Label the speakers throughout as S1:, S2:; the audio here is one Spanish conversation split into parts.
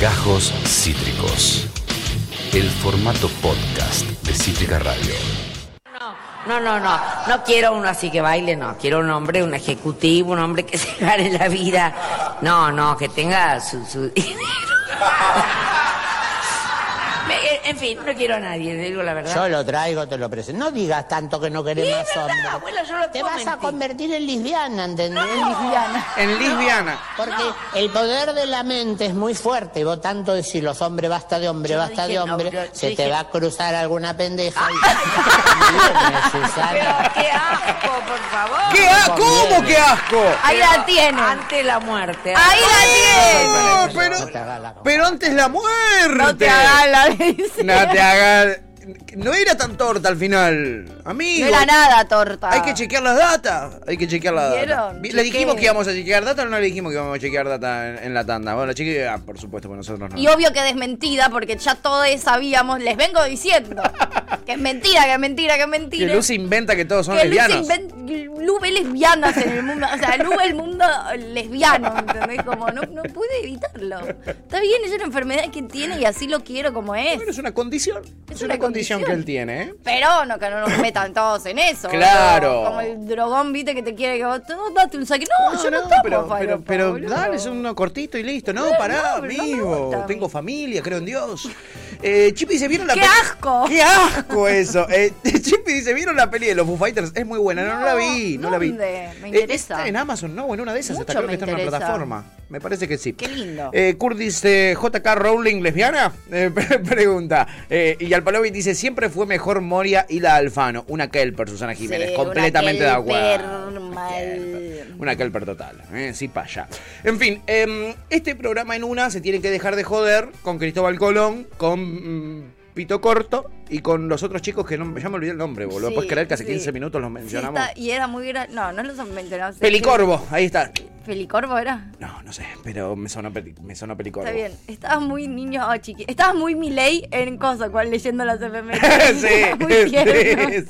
S1: Gajos Cítricos. El formato podcast de Cítrica Radio.
S2: No, no, no. No quiero uno así que baile, no. Quiero un hombre, un ejecutivo, un hombre que se gane la vida. No, no, que tenga su, su dinero. Me- en fin, no quiero a nadie, le digo la verdad.
S3: Yo lo traigo, te lo presento. No digas tanto que no querés
S2: Sí,
S3: más
S2: es verdad,
S3: hombres.
S2: abuela, yo lo
S3: te
S2: puedo
S3: vas a
S2: mentir.
S3: convertir en lesbiana, ¿entendés? Lesbiana.
S4: En lesbiana.
S3: Porque el poder de la mente es muy fuerte. Y vos tanto decís, los hombres, basta de hombre,
S2: Yo no
S3: basta
S2: dije
S3: de
S2: no,
S3: hombre.
S2: yo- yo
S3: se
S2: dije-
S3: te va a cruzar alguna pendeja. y-
S2: Pero
S3: Susana.
S2: qué asco, por favor.
S4: ¿Qué a- ¿Cómo
S3: eh.
S4: qué asco?
S5: Ahí la tienen.
S2: Ante la muerte.
S5: Ahí
S4: No,
S5: la tienen.
S4: pero,
S3: No te hagas la-
S4: pero antes la muerte.
S5: No te hagas la dice.
S4: No te hagas- No era tan torta al final. Amigo.
S5: No era nada, torta.
S4: Hay que chequear las datas. Hay que chequear las datas.
S5: ¿Vieron?
S4: Vi- ¿Le dijimos
S5: Chequeen.
S4: que íbamos a chequear datas o no le dijimos que íbamos a chequear data en, en la tanda? Bueno, chequeé, ah, por supuesto, con nosotros no.
S5: Y obvio que desmentida, porque ya todos sabíamos, les vengo diciendo. que es mentira, que es mentira, que es
S4: que
S5: mentira.
S4: Luz inventa que todos son
S5: Que Luz
S4: lesbianos.
S5: inven- Lu ve lesbianas en el mundo. O sea, Lu ve el mundo lesbiano, ¿entendés? Como no, no pude evitarlo. Está bien, es una enfermedad que tiene y así lo quiero como es.
S4: Pero es una condición. Es, una,
S5: una
S4: condición, que
S5: condición.
S4: él tiene, ¿eh?
S5: Pero no, que no nos metan todos en eso.
S4: Claro.
S5: ¿no? Como el drogón, viste, que te quiere que vos. No, date un saque. No, yo no, tomo
S4: pero, pero,
S5: falopa,
S4: pero
S5: boludo.
S4: dale, es uno cortito y listo. No,
S5: No,
S4: pará,
S5: no, pero no me
S4: amigo.
S5: gusta a mí.
S4: Tengo familia, creo en Dios. Eh, Chippy dice, ¿vieron la
S5: ¡Qué
S4: peli-
S5: asco!
S4: ¡Qué asco eso! Eh, Chippy dice, ¿vieron la peli de los Foo Fighters? Es muy buena. No, no, la vi, no la vi.
S5: ¿dónde? Me
S4: Eh,
S5: interesa.
S4: está en Amazon, ¿no? Bueno, una de esas. hasta
S5: Mucho
S4: creo que
S5: me
S4: está en una
S5: interesa.
S4: plataforma. Me parece que sí.
S5: Qué lindo.
S4: Eh, Kurt dice, ¿JK Rowling lesbiana? Eh, pre- pregunta. Eh, y Alpalovi dice, siempre fue mejor Moria y la Alfano. Una Kelper, Susana Jiménez.
S5: Sí, una
S4: completamente de
S5: Kelper,
S4: acuerdo.
S5: mal.
S4: Una Kelper total, eh, sí para allá. En fin, em, este programa en una se tienen que dejar de joder con Cristóbal Colón, con mm, Pito Corto y con los otros chicos que no, ya me olvidé el nombre, boludo.
S5: Sí,
S4: Puedes creer que hace
S5: sí.
S4: 15 minutos los
S5: Sí,
S4: mencionamos.
S5: está- y era muy grande. No, no los mencionamos.
S4: Pelicorvo, ahí está.
S5: Pelicorvo era.
S4: No, no sé, pero me sonó, peli- me sonó Pelicorvo.
S5: Está bien. Estabas muy niño o chiqui. Estabas muy miley en cosa, cual leyendo las efemérides. Estabas muy
S4: sí,
S5: tierno.
S4: sí, sí.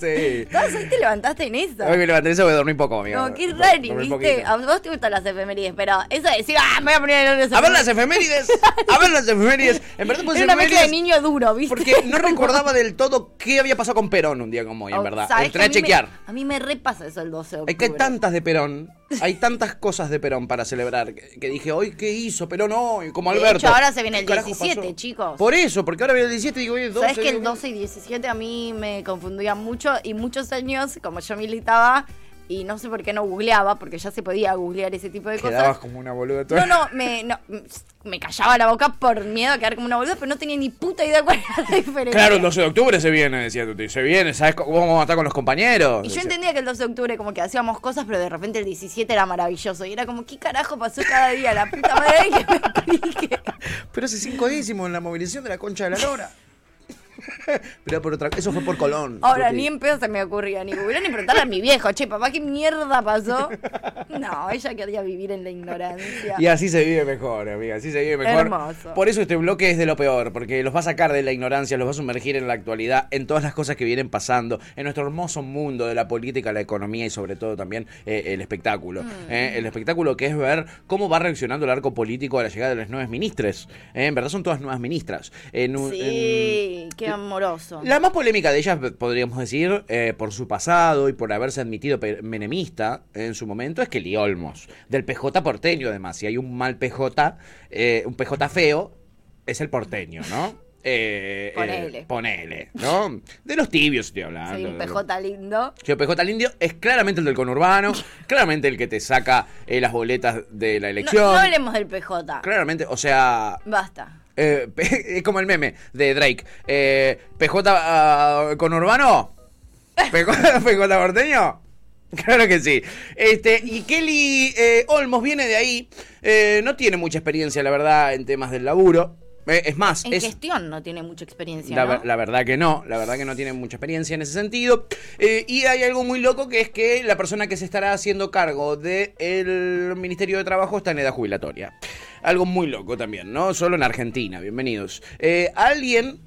S5: Entonces hoy te levantaste en eso.
S4: Hoy me levanté eso voy a dormir poco, amigo.
S5: No, qué
S4: Dor-
S5: rari,
S4: dormí
S5: ¿viste?
S4: poquito.
S5: A vos te gustan las efemérides, pero eso de decir, ah, me voy a poner el orden
S4: A ver las efemérides. A ver las efemérides. En verdad, pues
S5: Era una mezcla de niño
S4: efemérides,
S5: duro, ¿viste?
S4: Porque no
S5: Como-
S4: recordaba del todo qué había pasado con Perón un día como hoy, en
S5: Oh,
S4: verdad.
S5: ¿sabés
S4: Entré a
S5: que mí me-
S4: chequear.
S5: a mí me repasa eso el 12 de
S4: Hay
S5: octubre.
S4: que tantas de Perón, hay tantas cosas de Perón para celebrar, que, que dije, hoy qué hizo Perón hoy, como
S5: De
S4: Alberto.
S5: hecho, ahora se viene
S4: ¿Qué
S5: el
S4: carajo
S5: 17, chicos.
S4: Por eso, porque ahora viene el 17 y digo, oye, 12.
S5: Sabes que el
S4: digo,
S5: 12 y 17 a mí me confundían mucho y muchos años, como yo militaba y no sé por qué no googleaba, porque ya se podía googlear ese tipo de
S4: Quedabas
S5: cosas.
S4: como una boluda toda.
S5: No, no, me, no, me callaba la boca por miedo a quedar como una boluda, pero no tenía ni puta idea cuál era la diferencia.
S4: Claro, el 12 de octubre se viene, decía Tuti. Se viene, ¿sabes cómo vamos a estar con los compañeros?
S5: Y yo
S4: Decía.
S5: entendía que el 12 de octubre como que hacíamos cosas, pero de repente el 17 era maravilloso. Y era como, ¿qué carajo pasó cada día? La puta madre que me explique.
S4: Pero hace cinco décimos en la movilización de la concha de la lora. Pero por otra eso fue por Colón.
S5: Ahora,
S4: Tuti.
S5: ni en pedo se me ocurría, ni googlear, ni preguntarle a mi viejo, che, papá, ¿qué mierda pasó? No, ella quería vivir en la ignorancia.
S4: Y así se vive mejor, amiga, así se vive mejor.
S5: Hermoso.
S4: Por eso este bloque es de lo peor, porque los va a sacar de la ignorancia, los va a sumergir en la actualidad, en todas las cosas que vienen pasando, en nuestro hermoso mundo de la política, la economía y sobre todo también eh, el espectáculo. Eh, el espectáculo que es ver cómo va reaccionando el arco político a la llegada de los nuevos ministres. Eh, en verdad son todas nuevas ministras. En un- en-
S5: Sí, qué amoroso.
S4: La más polémica de ellas, podríamos decir, eh, por su pasado y por haberse admitido pe- menemista en su momento, es Kelly Olmos, del PJ porteño además. Si hay un mal PJ, eh, un PJ feo, es el porteño, ¿no? Eh, eh,
S5: Ponele.
S4: ponele, ¿no? De los tibios estoy hablando.
S5: Soy un
S4: de los-
S5: PJ lindo.
S4: Che, PJ al indio es claramente el del conurbano, claramente el que te saca eh, las boletas de la
S5: No,
S4: elección.
S5: no hablemos del PJ.
S4: Claramente, o sea,
S5: Basta.
S4: eh, pe- es como el meme de Drake. Eh, PJ ah, con Urbano. PJ, PJ Porteño. Claro que sí. Este, y Kelly eh, Olmos viene de ahí. Eh, no tiene mucha experiencia, la verdad, en temas del laburo. Eh, es más,
S5: En
S4: es,
S5: gestión no tiene mucha experiencia,
S4: la,
S5: ¿no?
S4: ver- la verdad que no, la verdad que no tiene mucha experiencia en ese sentido. Eh, y hay algo muy loco que es que la persona que se estará haciendo cargo del Ministerio de Trabajo está en edad jubilatoria. Algo muy loco también, ¿no? Solo en Argentina, bienvenidos. Eh, alguien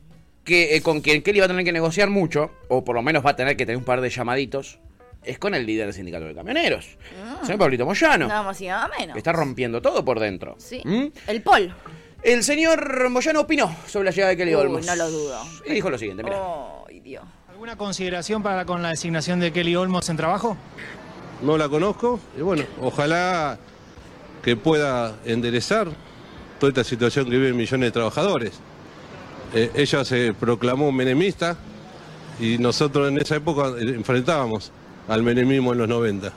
S4: que, eh, con quien Kelly va a tener que negociar mucho, o por lo menos va a tener que tener un par de llamaditos, es con el líder del sindicato de camioneros, señor Pablito Moyano.
S5: Nada Mm. más y nada menos.
S4: Está rompiendo todo por dentro.
S5: Sí.
S4: ¿Mm?
S5: El Pol.
S4: El señor Moyano opinó sobre la llegada de Kelly
S5: Uy,
S4: Olmos.
S5: no lo dudo.
S4: Y dijo lo siguiente, mira.
S5: Ay, Dios.
S6: ¿Alguna consideración para con la designación de Kelly Olmos en trabajo?
S7: No la conozco y bueno, ojalá que pueda enderezar toda esta situación que viven millones de trabajadores. Eh, ella se proclamó menemista y nosotros en esa época eh, enfrentábamos al menemismo en los 90.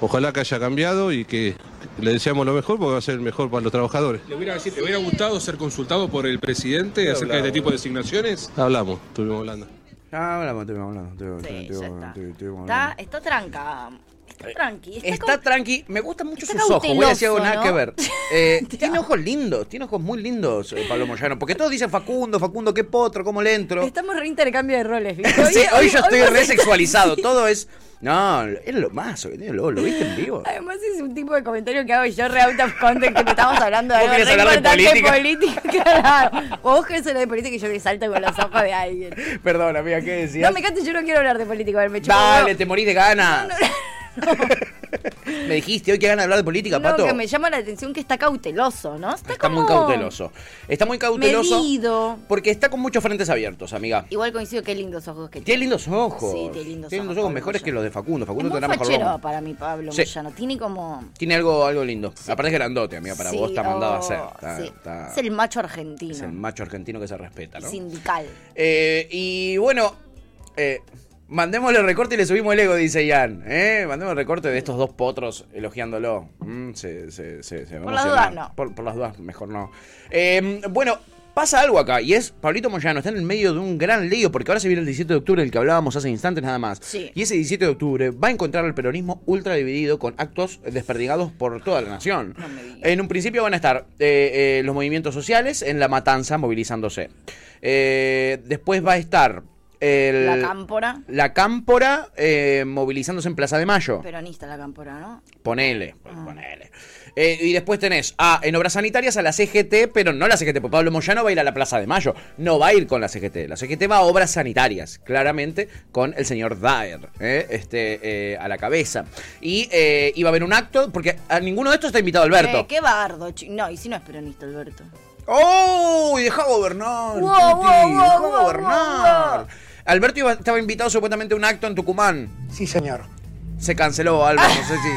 S7: Ojalá que haya cambiado y que le deseamos lo mejor porque va a ser mejor para los trabajadores.
S8: ¿Le hubiera, decir- le hubiera gustado ser consultado por el presidente acerca de este tipo de designaciones?
S7: Hablamos, estuvimos hablando.
S4: Ah, hablamos, estuvimos hablando, estuvimos-
S5: Sí,
S4: estuvimos-
S5: ya está.
S4: estuvimos- estuvimos
S5: Está,
S4: hablando.
S5: está tranca. Está tranqui. Está,
S4: Eh, Está
S5: como-
S4: tranqui, me gustan mucho
S5: está
S4: sus ojos, voy a decir algo
S5: cauteloso,
S4: nada que
S5: ¿no?
S4: ver. Eh, tiene ojos lindos, tiene ojos muy lindos eh, Pablo Moyano, porque todos dicen Facundo, Facundo, qué potro, cómo le entro.
S5: Estamos re intercambio de roles, ¿viste?
S4: Sí, hoy, yo estoy
S5: vos
S4: re sexualizado, todo es... No, es lo más, hoy tiene lo, lo viste en vivo.
S5: Además es un tipo de comentario que hago yo re out of context que estamos hablando de
S4: ¿Vos
S5: algo
S4: querés
S5: re
S4: hablar de
S5: importante política. claro. O vos querés hablar de política y yo me salto con los ojos de alguien.
S4: Perdón, amiga, ¿qué decías?
S5: No me cante, yo no quiero hablar de política, a ver, me chupo un
S4: Dale,
S5: huevo.
S4: te morís de ganas. me dijiste hoy que ganas de hablar de política,
S5: No,
S4: pato.
S5: que me llama la atención que está cauteloso, ¿no? Está,
S4: Está muy
S5: como
S4: cauteloso. Está muy cauteloso.
S5: Medido.
S4: Porque está con muchos frentes abiertos, amiga.
S5: Igual coincido, qué lindos ojos que
S4: Tiene lindos ojos.
S5: Sí, tiene lindos ojos, Pablo
S4: mejores
S5: Moyano.
S4: que los de Facundo. Facundo
S5: Es muy
S4: tendrá mejor
S5: fachero
S4: lomo.
S5: para mí, Pablo
S4: Sí.
S5: Moyano. Tiene como...
S4: Tiene algo, algo lindo. Aparte es grandote, amiga, para
S5: Sí,
S4: vos está mandado a ser.
S5: oh,
S4: Está-
S5: sí.
S4: está-
S5: Es el macho argentino.
S4: Ah. es el macho argentino que se respeta, ¿no?
S5: Sindical.
S4: Eh, y bueno, eh, mandémosle el recorte y le subimos el ego, dice Ian. ¿eh? Mandemos el recorte de estos dos potros elogiándolo. Mm, se- se- se- se me
S5: Por las
S4: emociona.
S5: dudas, no.
S4: Por, por las dudas, mejor no. Eh, bueno. Pasa algo acá, y es Pablito Moyano, está en el medio de un gran lío, porque ahora se viene el 17 de octubre, del que hablábamos hace instantes nada más.
S5: Sí.
S4: Y ese 17 de octubre va a encontrar el peronismo ultra dividido con actos desperdigados por toda la nación. En un principio van a estar eh, eh, los movimientos sociales en la matanza movilizándose. Eh, después va a estar el-
S5: La cámpora.
S4: la cámpora, eh, movilizándose en Plaza de Mayo.
S5: Peronista la cámpora, ¿no?
S4: Ponele, pues, ponele. Eh, y después tenés a, en obras sanitarias a la CGT, pero no la CGT, porque Pablo Moyano va a ir a la Plaza de Mayo. No va a ir con la CGT. La CGT va a obras sanitarias, claramente, con el señor Daer eh, este, eh, a la cabeza. Y eh, iba a haber un acto, porque a ninguno de estos está invitado Alberto.
S5: Eh, qué bardo, chi- No, y si no es peronista, Alberto.
S4: ¡Oh! Y deja gobernar.
S5: Wow,
S4: Titi,
S5: wow, wow,
S4: dejá
S5: wow,
S4: gobernar.
S5: wow.
S4: Alberto iba- estaba invitado supuestamente a un acto en Tucumán.
S9: Sí, señor.
S4: Se canceló, Albert, no sé si.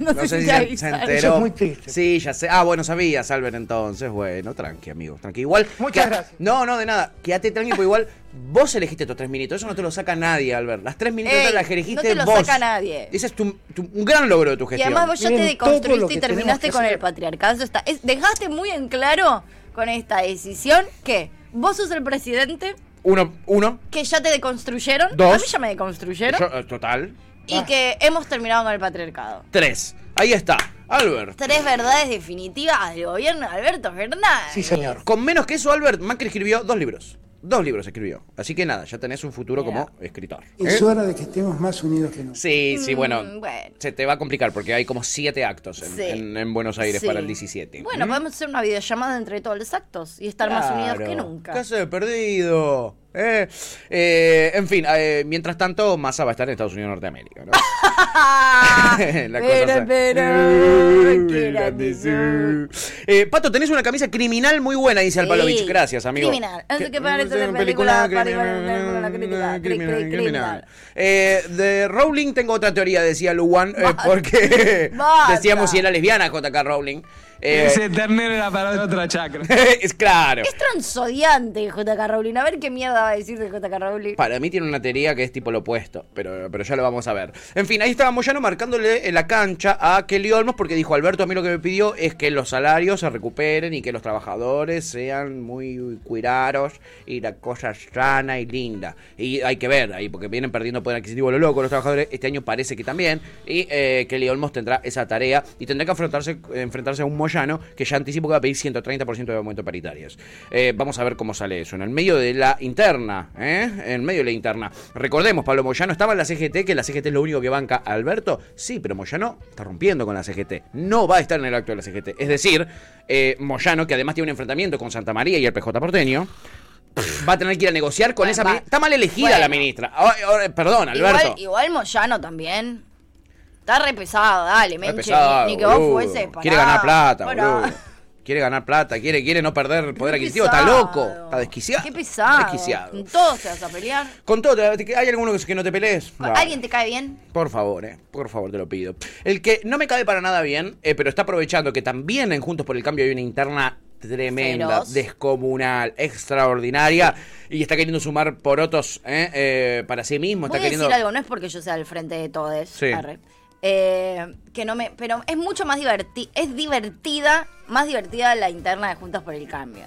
S5: No sé si te
S4: se, se
S5: avisaron.
S4: enteró.
S9: Eso es muy triste.
S4: Sí, ya sé. Ah, bueno, sabías, Albert, entonces. Bueno, tranqui, amigo. Tranqui. Igual.
S9: Muchas
S4: queda-
S9: gracias.
S4: No, no, de nada. Quédate tranqui, porque igual vos elegiste tus tres minutos. Eso no te lo saca nadie, Albert. Las tres minutos
S5: Ey,
S4: las elegiste
S5: no te lo
S4: vos.
S5: saca nadie.
S4: Ese es tu, tu- un gran logro de tu
S5: Y
S4: gestión.
S5: además vos ya te
S9: Miren todo lo
S5: deconstruiste
S9: que
S5: y
S9: tenemos
S5: terminaste
S9: que
S5: con
S9: hacer.
S5: el patriarcado. Eso está- es- dejaste muy en claro con esta decisión que vos sos el presidente,
S4: Uno, uno.
S5: que ya te deconstruyeron.
S4: Dos.
S5: A mí ya me deconstruyeron.
S4: yo- eh, total. Ah.
S5: y que hemos terminado con el patriarcado.
S4: Tres. Ahí está. Albert.
S5: Tres verdades definitivas del gobierno de Alberto Fernández.
S9: Sí, señor.
S4: Con menos que eso, Albert, Macri escribió dos libros. Dos libros escribió. Así que nada, ya tenés un futuro
S5: Mira.
S4: como escritor. ¿Eh?
S9: Es
S10: ¿Eh?
S9: hora de que estemos más unidos que nunca.
S4: Sí, sí, bueno,
S5: Mm, bueno.
S4: Se te va a complicar porque hay como siete actos en,
S5: Sí.
S4: en- en Buenos Aires
S5: Sí.
S4: para el 17.
S5: Bueno,
S4: ¿Mm?
S5: podemos hacer una videollamada entre todos los actos y estar más unidos que
S4: Claro.
S5: nunca.
S4: Caso de perdido. Eh, eh, en fin, eh, mientras tanto, Massa va a estar en Estados Unidos de Norteamérica. ¿no? La cosa
S5: Pero,
S4: se-
S5: pero,
S4: Uy,
S5: la
S4: grande, sí. Eh, Pato, tenés una camisa criminal muy buena, dice Alpalovich.
S5: Sí.
S4: Gracias, amigo. Eh,
S5: Criminal. Antes que para
S4: Hacer
S5: hacer
S4: una
S5: película,
S4: película,
S5: para ir a la crítica. Cri, cri,
S4: criminal, criminal.
S5: criminal.
S4: Eh, de Rowling tengo otra teoría, decía Luwan, eh,
S5: Basta.
S4: porque
S5: Basta.
S4: decíamos si era lesbiana JK Rowling. Eh,
S8: ternero era para otra chacra.
S4: es claro.
S5: Es transodiante JK Rowling. A ver qué mierda va a decir de JK Rowling.
S4: Para mí tiene una teoría que es tipo lo opuesto, pero, pero ya lo vamos a ver. En fin, ahí estaba Moyano marcándole en la cancha a Kelly Olmos porque dijo, Alberto, a mí lo que me pidió es que los salarios se recuperen y que los trabajadores sean muy cuidados y la cosa sana y linda. Y hay que ver ahí, porque vienen perdiendo poder adquisitivo lo loco los trabajadores, este año parece que también, y eh, Kelly Olmos tendrá esa tarea y tendrá que afrontarse, enfrentarse a un Moyano que ya anticipo que va a pedir 130% de aumento paritarias. Eh, vamos a ver cómo sale eso. En el medio de la interna, ¿eh? En medio de la interna. Recordemos, Pablo Moyano estaba en la CGT, que la CGT es lo único que banca a Alberto. Sí, pero Moyano está rompiendo con la CGT. No va a estar en el acto de la CGT. Es decir, eh, Moyano, que además tiene un enfrentamiento con Santa María y el PJ porteño. Va a tener que ir a negociar con
S5: Bueno,
S4: esa...
S5: va-
S4: mini- Está mal elegida la
S5: bueno.
S4: ministra. Ahora- ahora- perdón, Alberto.
S5: Igual, igual Moyano también. Está re pesado, dale, Menche.
S4: pesado,
S5: ni, ni que vos
S4: boludo.
S5: fuese
S4: Quiere ganar plata, boludo. Quiere ganar plata, quiere, quiere no perder poder
S5: Qué
S4: adquisitivo. Está
S5: pesado.
S4: loco, está desquiciado.
S5: Qué pesado.
S4: Desquiciado.
S5: Con todos te vas a pelear.
S4: Con todo, te- ¿hay alguno que no te pelees? No.
S5: ¿Alguien te cae bien?
S4: Por favor, eh, por favor, te lo pido. El que no me cae para nada bien, eh, pero está aprovechando que también en Juntos por el Cambio hay una interna tremenda,
S5: Feroz.
S4: descomunal, extraordinaria, y está queriendo sumar porotos eh, eh, para sí mismo. Está
S5: Voy a
S4: queriendo...
S5: decir algo, no es porque yo sea al frente de todos. Eh,
S4: Sí.
S5: que no me, pero es mucho más divertida, es divertida, más divertida la interna de Juntos por el Cambio.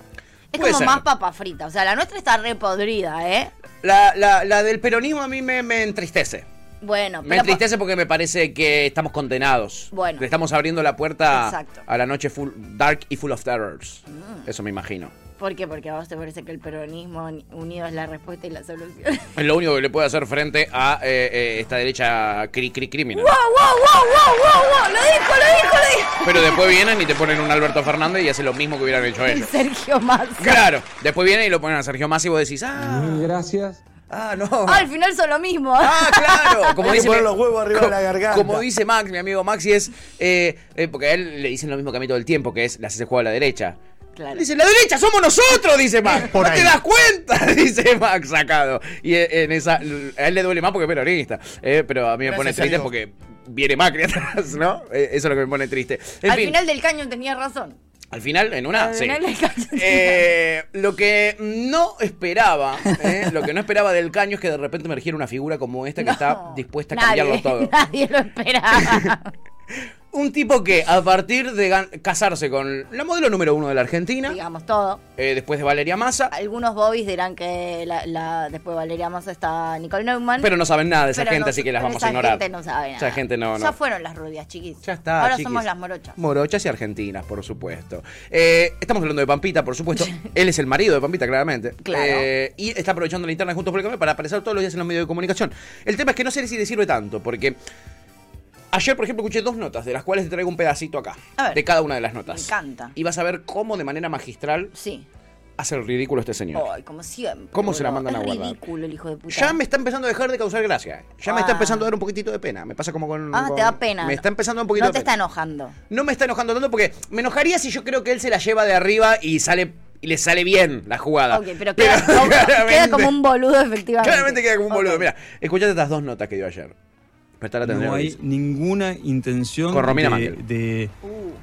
S5: Es
S4: Puede
S5: como
S4: ser.
S5: más papa frita, o sea, la nuestra está re podrida, ¿eh?
S4: La, la- la del peronismo a mí me, me entristece.
S5: Bueno,
S4: Me
S5: pero po-
S4: entristece porque me parece que estamos condenados.
S5: Bueno.
S4: Le estamos abriendo la puerta
S5: Exacto. Mm.
S4: a la noche full dark y full of terrors. Eso me imagino.
S5: ¿por qué? Porque a vos te parece que el peronismo unido es la respuesta y la solución.
S4: Es lo único que le puede hacer frente a eh, eh, esta derecha cri cri criminal.
S5: ¡Wow, wow, wow, wow, wow, wow! ¡Lo dijo, lo dijo, lo dijo!
S4: Pero después vienen y te ponen un Alberto Fernández y hace lo mismo que hubieran hecho ellos.
S5: Sergio Massa.
S4: Claro, después vienen y lo ponen a Sergio Massa y vos decís, ah,
S9: Mil gracias.
S4: ah, no.
S5: Ah, al final son lo mismo.
S4: Ah, claro. Como
S9: Hay que
S4: dice,
S9: poner los huevos arriba de la garganta.
S4: Como dice Max, mi amigo Maxi, es. eh, eh, porque a él le dicen lo mismo que a mí todo el tiempo, que es la haces juego a la derecha.
S5: Claro.
S4: Le Dice, la derecha somos nosotros, dice Max.
S9: Por
S4: ¿No te
S9: ahí.
S4: das cuenta? Dice Max sacado. Y eh, en esa. A él le duele más porque es peronista. eh, pero a mí me pone
S9: Gracias a
S4: triste
S9: Dios.
S4: porque viene Macri atrás, ¿no? Eh, Eso es lo que me pone triste. En
S5: al
S4: fin.
S5: final del caño tenía razón.
S4: Al final, en una,
S5: Al
S4: sí.
S5: final del caño.
S4: Eh, lo que no esperaba, eh, lo que no esperaba del caño es que de repente emergiera una figura como esta que está
S5: No,
S4: dispuesta a
S5: nadie,
S4: cambiarlo todo.
S5: Nadie lo esperaba.
S4: Un tipo que a partir de gan- casarse con la modelo número uno de la Argentina,
S5: Digamos todo.
S4: eh, después de Valeria Massa,
S5: Algunos bobbies dirán que la, la- después de Valeria Massa está Nicole Neumann.
S4: pero no saben nada de esa
S5: Pero
S4: gente,
S5: no-
S4: así que las
S5: pero
S4: vamos
S5: esa
S4: a ignorar.
S5: Gente no sabe nada.
S4: Esa gente no,
S5: Ya
S4: no.
S5: fueron las rubias, chiquis.
S4: Ya está.
S5: Ahora
S4: chiquis.
S5: somos las morochas.
S4: Morochas y argentinas, por supuesto. Eh, estamos hablando de Pampita, por supuesto. Él es el marido de Pampita, claramente.
S5: Claro.
S4: Eh, y está aprovechando la interna de Juntos por el Cambio para aparecer todos los días en los medios de comunicación. El tema es que no sé si le sirve tanto, porque ayer, por ejemplo, escuché dos notas, de las cuales te traigo un pedacito acá.
S5: A ver.
S4: De cada una de las notas.
S5: Me encanta.
S4: Y vas a ver cómo de manera magistral
S5: Sí.
S4: hace el ridículo este señor.
S5: Ay, como siempre.
S4: ¿Cómo se la
S5: boludo.
S4: mandan a
S5: Es
S4: guardar?
S5: ridículo el hijo de puta.
S4: Ya me está empezando a dejar de causar gracia. Ya me está
S5: Ah.
S4: empezando a dar un poquitito de pena. Me pasa como con.
S5: Ah,
S4: con-
S5: te da pena.
S4: Me está empezando un poquito
S5: No te
S4: de
S5: está
S4: pena.
S5: enojando.
S4: No me está enojando tanto porque me enojaría si yo creo que él se la lleva de arriba y sale y le sale bien la jugada.
S5: Ok, pero queda, como,
S4: claramente-
S5: queda como un boludo, efectivamente.
S4: Claramente queda como un
S5: Ok.
S4: boludo. Mira, escuchate estas dos notas que dio ayer. Prestar atención.
S11: No hay ninguna intención
S4: Con Romina
S11: de,
S4: Macri.
S11: de-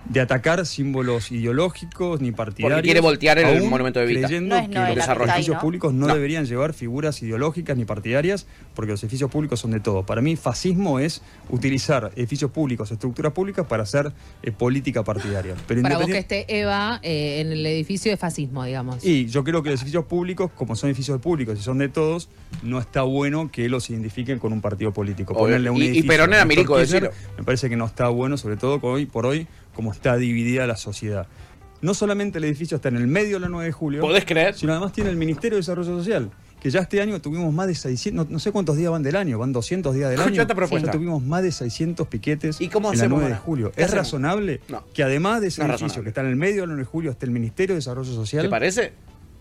S11: de atacar símbolos ideológicos ni partidarios.
S4: quiere voltear el
S11: aún
S4: monumento de Evita.
S11: Creyendo
S5: No es
S11: que
S5: Noel
S11: los
S5: la que está
S11: edificios
S5: ahí, ¿no?
S11: públicos no,
S4: No.
S11: deberían llevar figuras ideológicas ni partidarias, porque los edificios públicos son de todo. Para mí, fascismo es utilizar edificios públicos, estructuras públicas para hacer eh, política partidaria. Pero
S12: Para vos
S11: independiente-
S12: que esté Eva eh, en el edificio de fascismo, digamos.
S11: y yo creo que los edificios públicos, como son edificios públicos y son de todos, no está bueno que los identifiquen con un partido político.
S4: Obvio.
S11: Ponerle un
S4: Y- y
S11: edificio
S4: Perón era
S11: al doctor
S4: milico,
S11: Kirchner,
S4: decilo.
S11: Me parece que no está bueno, sobre todo hoy por hoy, como está dividida la sociedad. No solamente el edificio está en el medio de la 9 de julio,
S4: ¿Podés creer?
S11: sino además tiene el Ministerio de Desarrollo Social, que ya este año tuvimos más de 600, no, no sé cuántos días van del año, van 200 días del
S4: Escuchá
S11: año.
S4: esta Ah, propuesta.
S11: Ya tuvimos más de 600 piquetes
S4: ¿Y cómo
S11: en la
S4: hacemos
S11: 9 de
S4: ahora?
S11: julio.
S4: ¿Qué
S11: ¿Es
S4: hacemos?
S11: razonable
S4: No.
S11: que además de ese
S4: No es
S11: edificio
S4: razonable.
S11: que está en el medio de la 9 de julio esté el Ministerio de Desarrollo Social?
S4: ¿Te parece?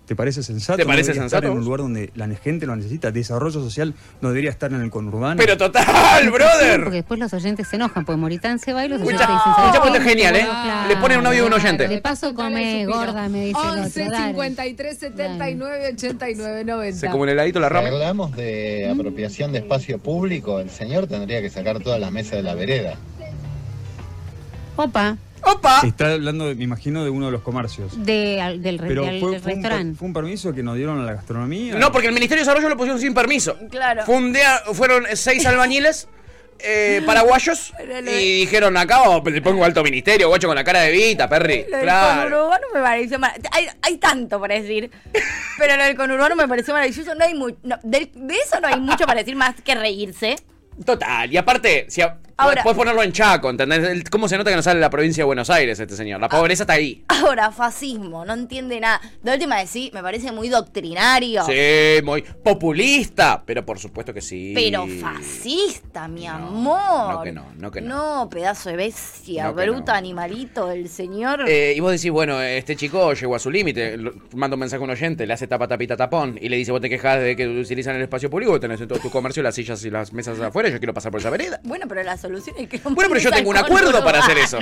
S11: ¿Te parece sensato?
S4: ¿Te parece
S11: no debería
S4: sensato
S11: Estar en
S4: vos?
S11: un lugar donde la gente lo necesita. Desarrollo social no debería estar en el conurbano.
S4: Pero total,
S12: Porque
S4: brother.
S12: después los oyentes se enojan, porque Moritán se va y los
S4: Escucha,
S12: oyentes dicen... ¿sabes
S4: escucha,
S12: qué?
S4: porque es genial, ¿eh?
S12: Claro,
S4: Le ponen un audio de un oyente.
S12: De Ah, paso come gorda, me dice
S9: 11,
S12: 53, 79, 89, 90.
S4: Se como en el heladito la rama.
S9: hablamos de apropiación de espacio público, el señor tendría que sacar todas las mesas de la vereda.
S12: Opa,
S4: ¡Opa!
S11: Está hablando, me imagino, de uno de los comercios.
S12: de, al- del, re-
S11: Pero
S12: del
S11: fue, fue un, per-
S12: restaurante.
S11: fue un permiso que nos dieron a la gastronomía.
S4: No, porque el Ministerio de Desarrollo lo pusieron sin permiso.
S5: Claro.
S4: Fue un día- fueron seis albañiles. eh, paraguayos
S5: Pero lo-
S4: y dijeron acá oh, le pongo alto ministerio guacho con la cara de Vita Perry
S5: Lo del
S4: claro
S5: conurbano me pareció mar- Hay, hay tanto para decir. Pero lo del conurbano me pareció maravilloso. No hay mu- no, del- de eso no hay mucho para decir más que reírse.
S4: Total, y aparte, si a-
S5: Ahora-
S4: puedes ponerlo en Chaco, ¿entendés? El- ¿Cómo se nota que no sale de la provincia de Buenos Aires este señor? La pobreza está ahí.
S5: Ahora, fascismo, no entiende nada. De última vez sí, me parece muy doctrinario.
S4: Sí, muy populista, pero por supuesto que sí.
S5: Pero fascista, mi
S4: No,
S5: amor.
S4: no que no, no que
S5: No, pedazo de bestia,
S4: No que
S5: bruta,
S4: no.
S5: animalito, el señor.
S4: Eh, y vos decís, bueno, este chico llegó a su límite, lo- manda un mensaje a un oyente, le hace tapa tapita tapón y le dice, vos te quejas de que utilizan el espacio público, tenés en todo tu comercio las sillas y las mesas afuera, yo quiero pasar por esa vereda.
S5: Bueno, pero las solución es que
S4: Bueno, pero yo tengo un acuerdo para hacer eso.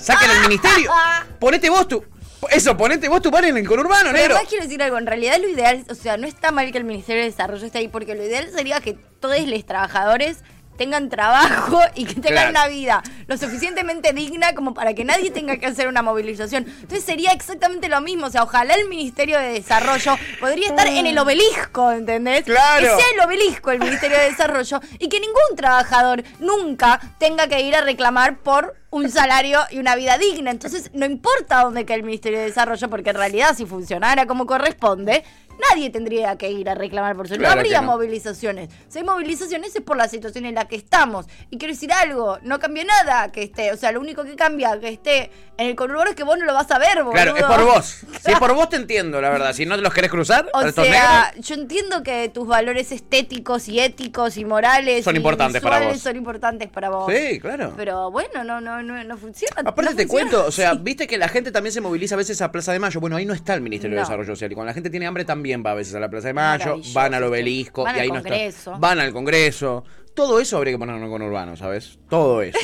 S4: Saquen el ministerio. Ponete vos tu. Eso, ponete vos tu par en el conurbano,
S5: Pero
S4: negro.
S5: además quiero decir algo, en realidad lo ideal, o sea, no está mal que el Ministerio de Desarrollo esté ahí, porque lo ideal sería que todos los trabajadores tengan trabajo y que tengan
S10: Claro.
S5: una vida lo suficientemente digna como para que nadie tenga que hacer una movilización. Entonces sería exactamente lo mismo, o sea, ojalá el Ministerio de Desarrollo podría estar en el obelisco, ¿entendés?
S10: Claro.
S5: Que sea el obelisco el Ministerio de Desarrollo y que ningún trabajador nunca tenga que ir a reclamar por un salario y una vida digna. Entonces, no importa dónde cae el Ministerio de Desarrollo, porque en realidad si funcionara como corresponde, nadie tendría que ir a reclamar por su No
S10: Claro que
S5: habría
S10: no.
S5: movilizaciones. Si hay movilizaciones es por la situación en la que estamos. Y quiero decir algo, no cambia nada que esté. O sea, lo único que cambia que esté en el conurbano es que vos no lo vas a ver, boludo.
S4: Claro, es por vos. Si es por vos te entiendo, la verdad. Si no te los querés cruzar,
S5: O
S4: a estos
S5: sea,
S4: negros.
S5: yo entiendo que tus valores estéticos y éticos y morales
S4: Son
S5: y
S4: importantes para
S5: visuales
S4: vos.
S5: Son importantes para vos.
S4: Sí, claro.
S5: Pero bueno, no, no, no, no funciona.
S4: Aparte
S5: no
S4: te
S5: funciona.
S4: cuento, o sea, viste que la gente también se moviliza a veces a Plaza de Mayo. Bueno, ahí no está el Ministerio de
S5: No.
S4: Desarrollo Social. Y cuando la gente tiene hambre también va a veces a la Plaza de Mayo,
S5: Maravilloso,
S4: van al obelisco
S5: Van
S4: y
S5: al
S4: ahí no está.
S5: Congreso.
S4: Van al Congreso. Todo eso habría que ponerlo con urbano, ¿sabes? Todo eso.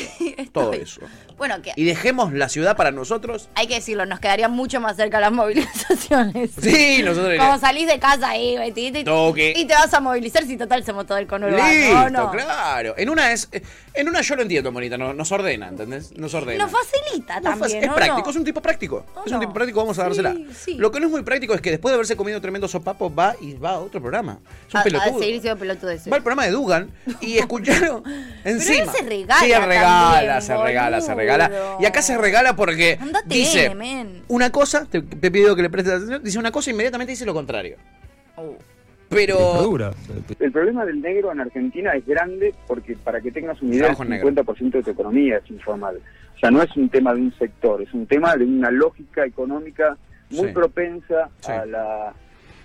S4: todo eso.
S5: Bueno, que
S4: Y dejemos la ciudad para nosotros.
S5: hay que decirlo, nos quedaría mucho más cerca las movilizaciones.
S4: Sí, nosotros
S5: Como salís de casa ahí, vestidita y,
S4: Toque.
S5: y te vas a movilizar si total somos todo el conurbano.
S4: Listo,
S5: ¿no?
S4: claro. En una es eh, en una yo lo entiendo, Monita, no- nos ordena, ¿entendés? Nos ordena.
S5: Nos facilita
S4: No,
S5: también,
S4: es
S5: ¿o
S4: práctico,
S5: no?
S4: es un tipo práctico.
S5: ¿O
S4: es un
S5: no?
S4: tipo práctico, vamos a dársela. Lo que no es muy práctico es que después de haberse comido tremendo sopapo va y va a otro programa. Es un
S5: A- a
S4: pelotudo.
S5: seguir siendo pelotudeces.
S4: Va al programa de Dugan y escucharon encima.
S5: se regala
S4: Sí, regala,
S5: también,
S4: se regala, se regala.
S5: boludo.
S4: Y acá se regala porque
S5: Andate,
S4: dice
S5: men.
S4: una cosa, te, te pido que le prestes atención, dice una cosa e inmediatamente dice lo contrario.
S5: Oh.
S4: Pero
S13: El problema del negro en Argentina es grande porque, para que tengas una idea, el
S4: Trabajo negro.
S13: 50% de tu economía es informal. O sea, no es un tema de un sector, es un tema de una lógica económica muy
S14: Sí.
S13: propensa a la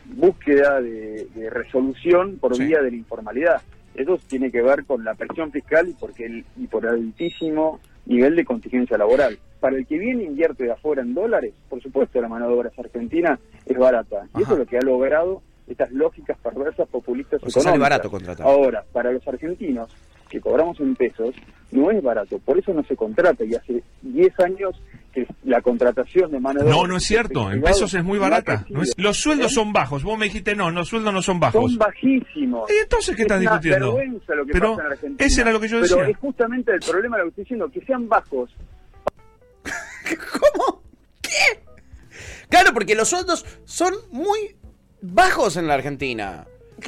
S13: búsqueda de, de resolución por
S14: Sí.
S13: vía de la informalidad. Eso tiene que ver con la presión fiscal y, porque el- y por el altísimo nivel de contingencia laboral. Para el que viene e invierte de afuera en dólares, por supuesto la mano de obra es argentina es barata. Y eso es lo que ha logrado estas lógicas perversas populistas
S4: O sea, sale
S13: económicas.
S4: barato contratar.
S13: Ahora, para los argentinos que cobramos en pesos, no es barato. Por eso no se contrata. Y hace 10 años que la contratación de mano de obra...
S15: No, no es cierto. En pesos es muy
S13: no ha
S15: barata.
S13: crecido. ¿Eh?
S15: No es- los sueldos son bajos. Vos me dijiste, no, los sueldos no son bajos.
S13: Son bajísimos.
S15: ¿Y entonces qué estás
S13: es una
S15: discutiendo?
S13: vergüenza lo que
S15: Pero
S13: pasa en Argentina.
S15: ese era lo que yo
S13: Pero
S15: decía.
S13: es justamente el problema de lo que estoy diciendo, que sean bajos.
S4: Claro, porque los sueldos son muy bajos en la Argentina.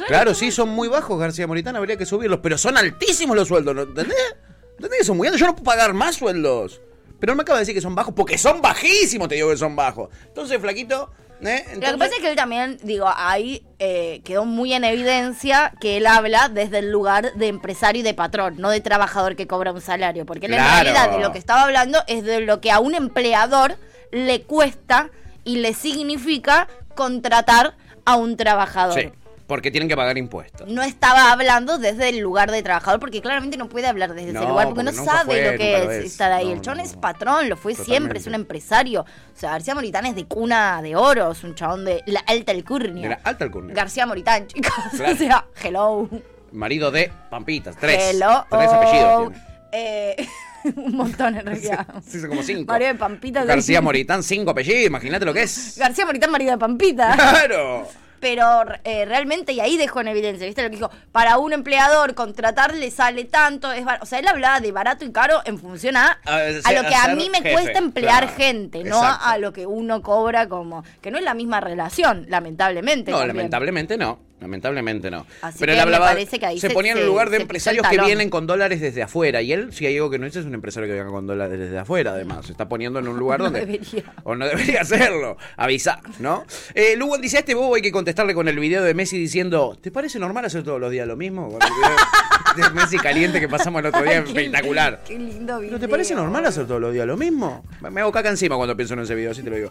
S4: Claro, sí, son muy bajos, García Moritán, habría que subirlos, pero son altísimos los sueldos, ¿no? ¿entendés? ¿Entendés que son muy altos? Yo no puedo pagar más sueldos. Pero no me acaba de decir que son bajos, porque son bajísimos, te digo que son bajos. Entonces, flaquito, ¿eh?
S5: Lo que pasa es que él también, digo, ahí eh, quedó muy en evidencia que él habla desde el lugar de empresario y de patrón, no de trabajador que cobra un salario. Porque él
S10: Claro.
S5: en realidad de lo que estaba hablando es de lo que a un empleador le cuesta y le significa contratar a un trabajador.
S4: Sí, porque tienen que pagar impuestos.
S5: No estaba hablando desde el lugar de trabajador, porque claramente no puede hablar desde
S4: No,
S5: ese lugar, porque,
S4: porque
S5: no
S4: nunca
S5: sabe
S4: fue,
S5: lo
S4: nunca
S5: que
S4: lo
S5: es
S4: es.
S5: estar ahí.
S4: No,
S5: el
S4: no,
S5: chon es patrón, lo fue siempre, es un
S4: Totalmente.
S5: empresario. O sea, García Moritán es de cuna de oro, es un chabón de la alta alcurnia.
S4: De la alta alcurnia.
S5: García Moritán, chicos.
S4: Claro.
S5: O sea, hello.
S4: Marido de Pampitas, tres.
S5: Hello.
S4: Tres apellidos tiene.
S5: Eh, un montón en realidad.
S4: Sí, son como cinco.
S5: María de Pampita.
S4: García Moritán, cinco apellidos, imagínate lo que es.
S5: García Moritán, marido de Pampita.
S4: ¡Claro!
S5: pero eh, realmente, y ahí dejó en evidencia, ¿viste lo que dijo? Para un empleador contratarle sale tanto, es bar- o sea, él hablaba de barato y caro en función a,
S4: Ah,
S10: A
S4: eh,
S10: ver,
S5: a lo
S10: a
S5: que a
S10: ser
S5: mí me
S10: jefe,
S5: cuesta emplear
S10: claro.
S5: gente, no
S4: Exacto.
S5: a, a lo que uno cobra como, que no es la misma relación, lamentablemente.
S4: No,
S5: también.
S4: lamentablemente no. Lamentablemente no.
S5: Así
S4: Pero
S5: que
S4: él
S5: me
S4: hablaba.
S5: parece que ahí
S4: se,
S5: se-
S4: ponía en el
S5: se-
S4: lugar
S5: se
S4: de
S5: pisó el
S4: empresarios que
S5: talón.
S4: vienen con dólares desde afuera. Y él, si hay algo que no es, es un empresario que venga con dólares desde afuera, además. Se está poniendo en un lugar
S5: No
S4: donde.
S5: debería.
S4: O no debería hacerlo. Avisar, ¿no? Eh, Lugo dice: A este bobo hay que contestarle con el video de Messi diciendo: ¿Te parece normal hacer todos los días lo mismo? Con el video de Messi caliente que pasamos el otro día, espectacular.
S5: Qué lindo video.
S4: ¿No te parece normal hacer todos los días lo mismo? Me hago caca encima cuando pienso en ese video, así te lo digo.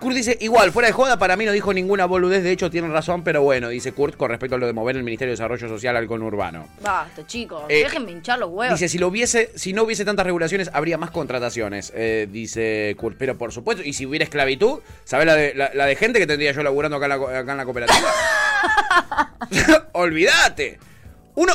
S4: Kurt dice, igual, fuera de joda, para mí no dijo ninguna boludez, de hecho tienen razón, pero bueno, dice Kurt con respecto a lo de mover el Ministerio de Desarrollo Social al conurbano.
S5: Basta, chicos,
S4: Eh,
S5: déjenme hinchar los huevos.
S4: Dice, si lo hubiese, si no hubiese tantas regulaciones, habría más contrataciones, eh, dice Kurt. Pero por supuesto, y si hubiera esclavitud, ¿sabés la de, la, la de gente que tendría yo laburando acá en la, co- acá en la cooperativa? Olvídate. Uno,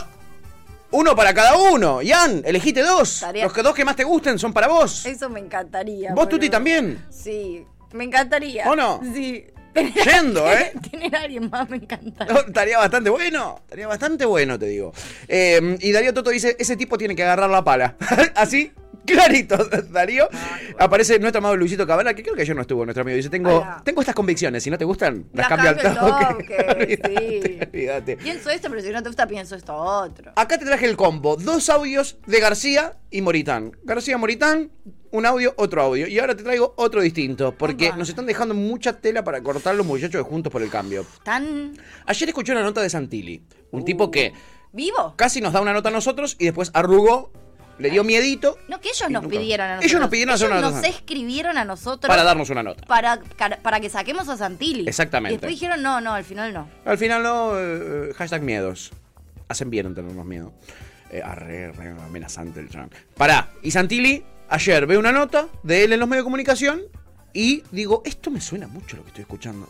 S4: Uno para cada uno. Ian, elegiste dos.
S5: Estaría-
S4: Los que dos que más te gusten son para vos.
S5: Eso me encantaría.
S4: Vos,
S5: boludo.
S4: Tuti, también.
S5: Sí, me encantaría.
S4: ¿O no?
S5: Sí.
S4: Yendo, ¿eh?
S5: Tener a alguien más me encanta.
S4: No, estaría bastante bueno. Estaría bastante bueno, te digo. Eh, y Darío Toto dice: Ese tipo tiene que agarrar la pala. Así, clarito, Darío. Aparece nuestro amado Luisito Cabana, que creo que ayer no estuvo, nuestro amigo. Dice: Tengo, tengo estas convicciones. Si no te gustan,
S5: Las
S4: las, cambio al
S5: cambio al
S4: toque. Olvídate, olvídate.
S5: Pienso esto, pero si no te gusta, pienso esto otro.
S4: Acá te traje el combo, dos audios de García y Moritán. García Moritán, un audio, otro audio. Y ahora te traigo otro distinto, porque nos están dejando mucha tela para cortar los muchachos de Juntos por el Cambio.
S5: Tan
S4: Ayer escuché una nota de Santilli, un tipo que
S5: vivo.
S4: casi nos da una nota a nosotros y después arrugó, le dio miedito
S5: No, que ellos nos
S4: nunca.
S5: pidieron a nosotros.
S4: Ellos nos pidieron hacer
S5: Ellos
S4: una
S5: nos
S4: nota.
S5: escribieron a nosotros.
S4: para darnos una nota.
S5: Para, cara- para que saquemos a Santilli.
S4: Exactamente.
S5: Y después dijeron, no, no, al final no.
S4: Al final no, eh, hashtag miedos. Hacen bien en tenernos miedo. Eh, arre, re amenazante el chan. Pará, y Santilli ayer ve una nota de él en los medios de comunicación y digo, esto me suena mucho lo que estoy escuchando.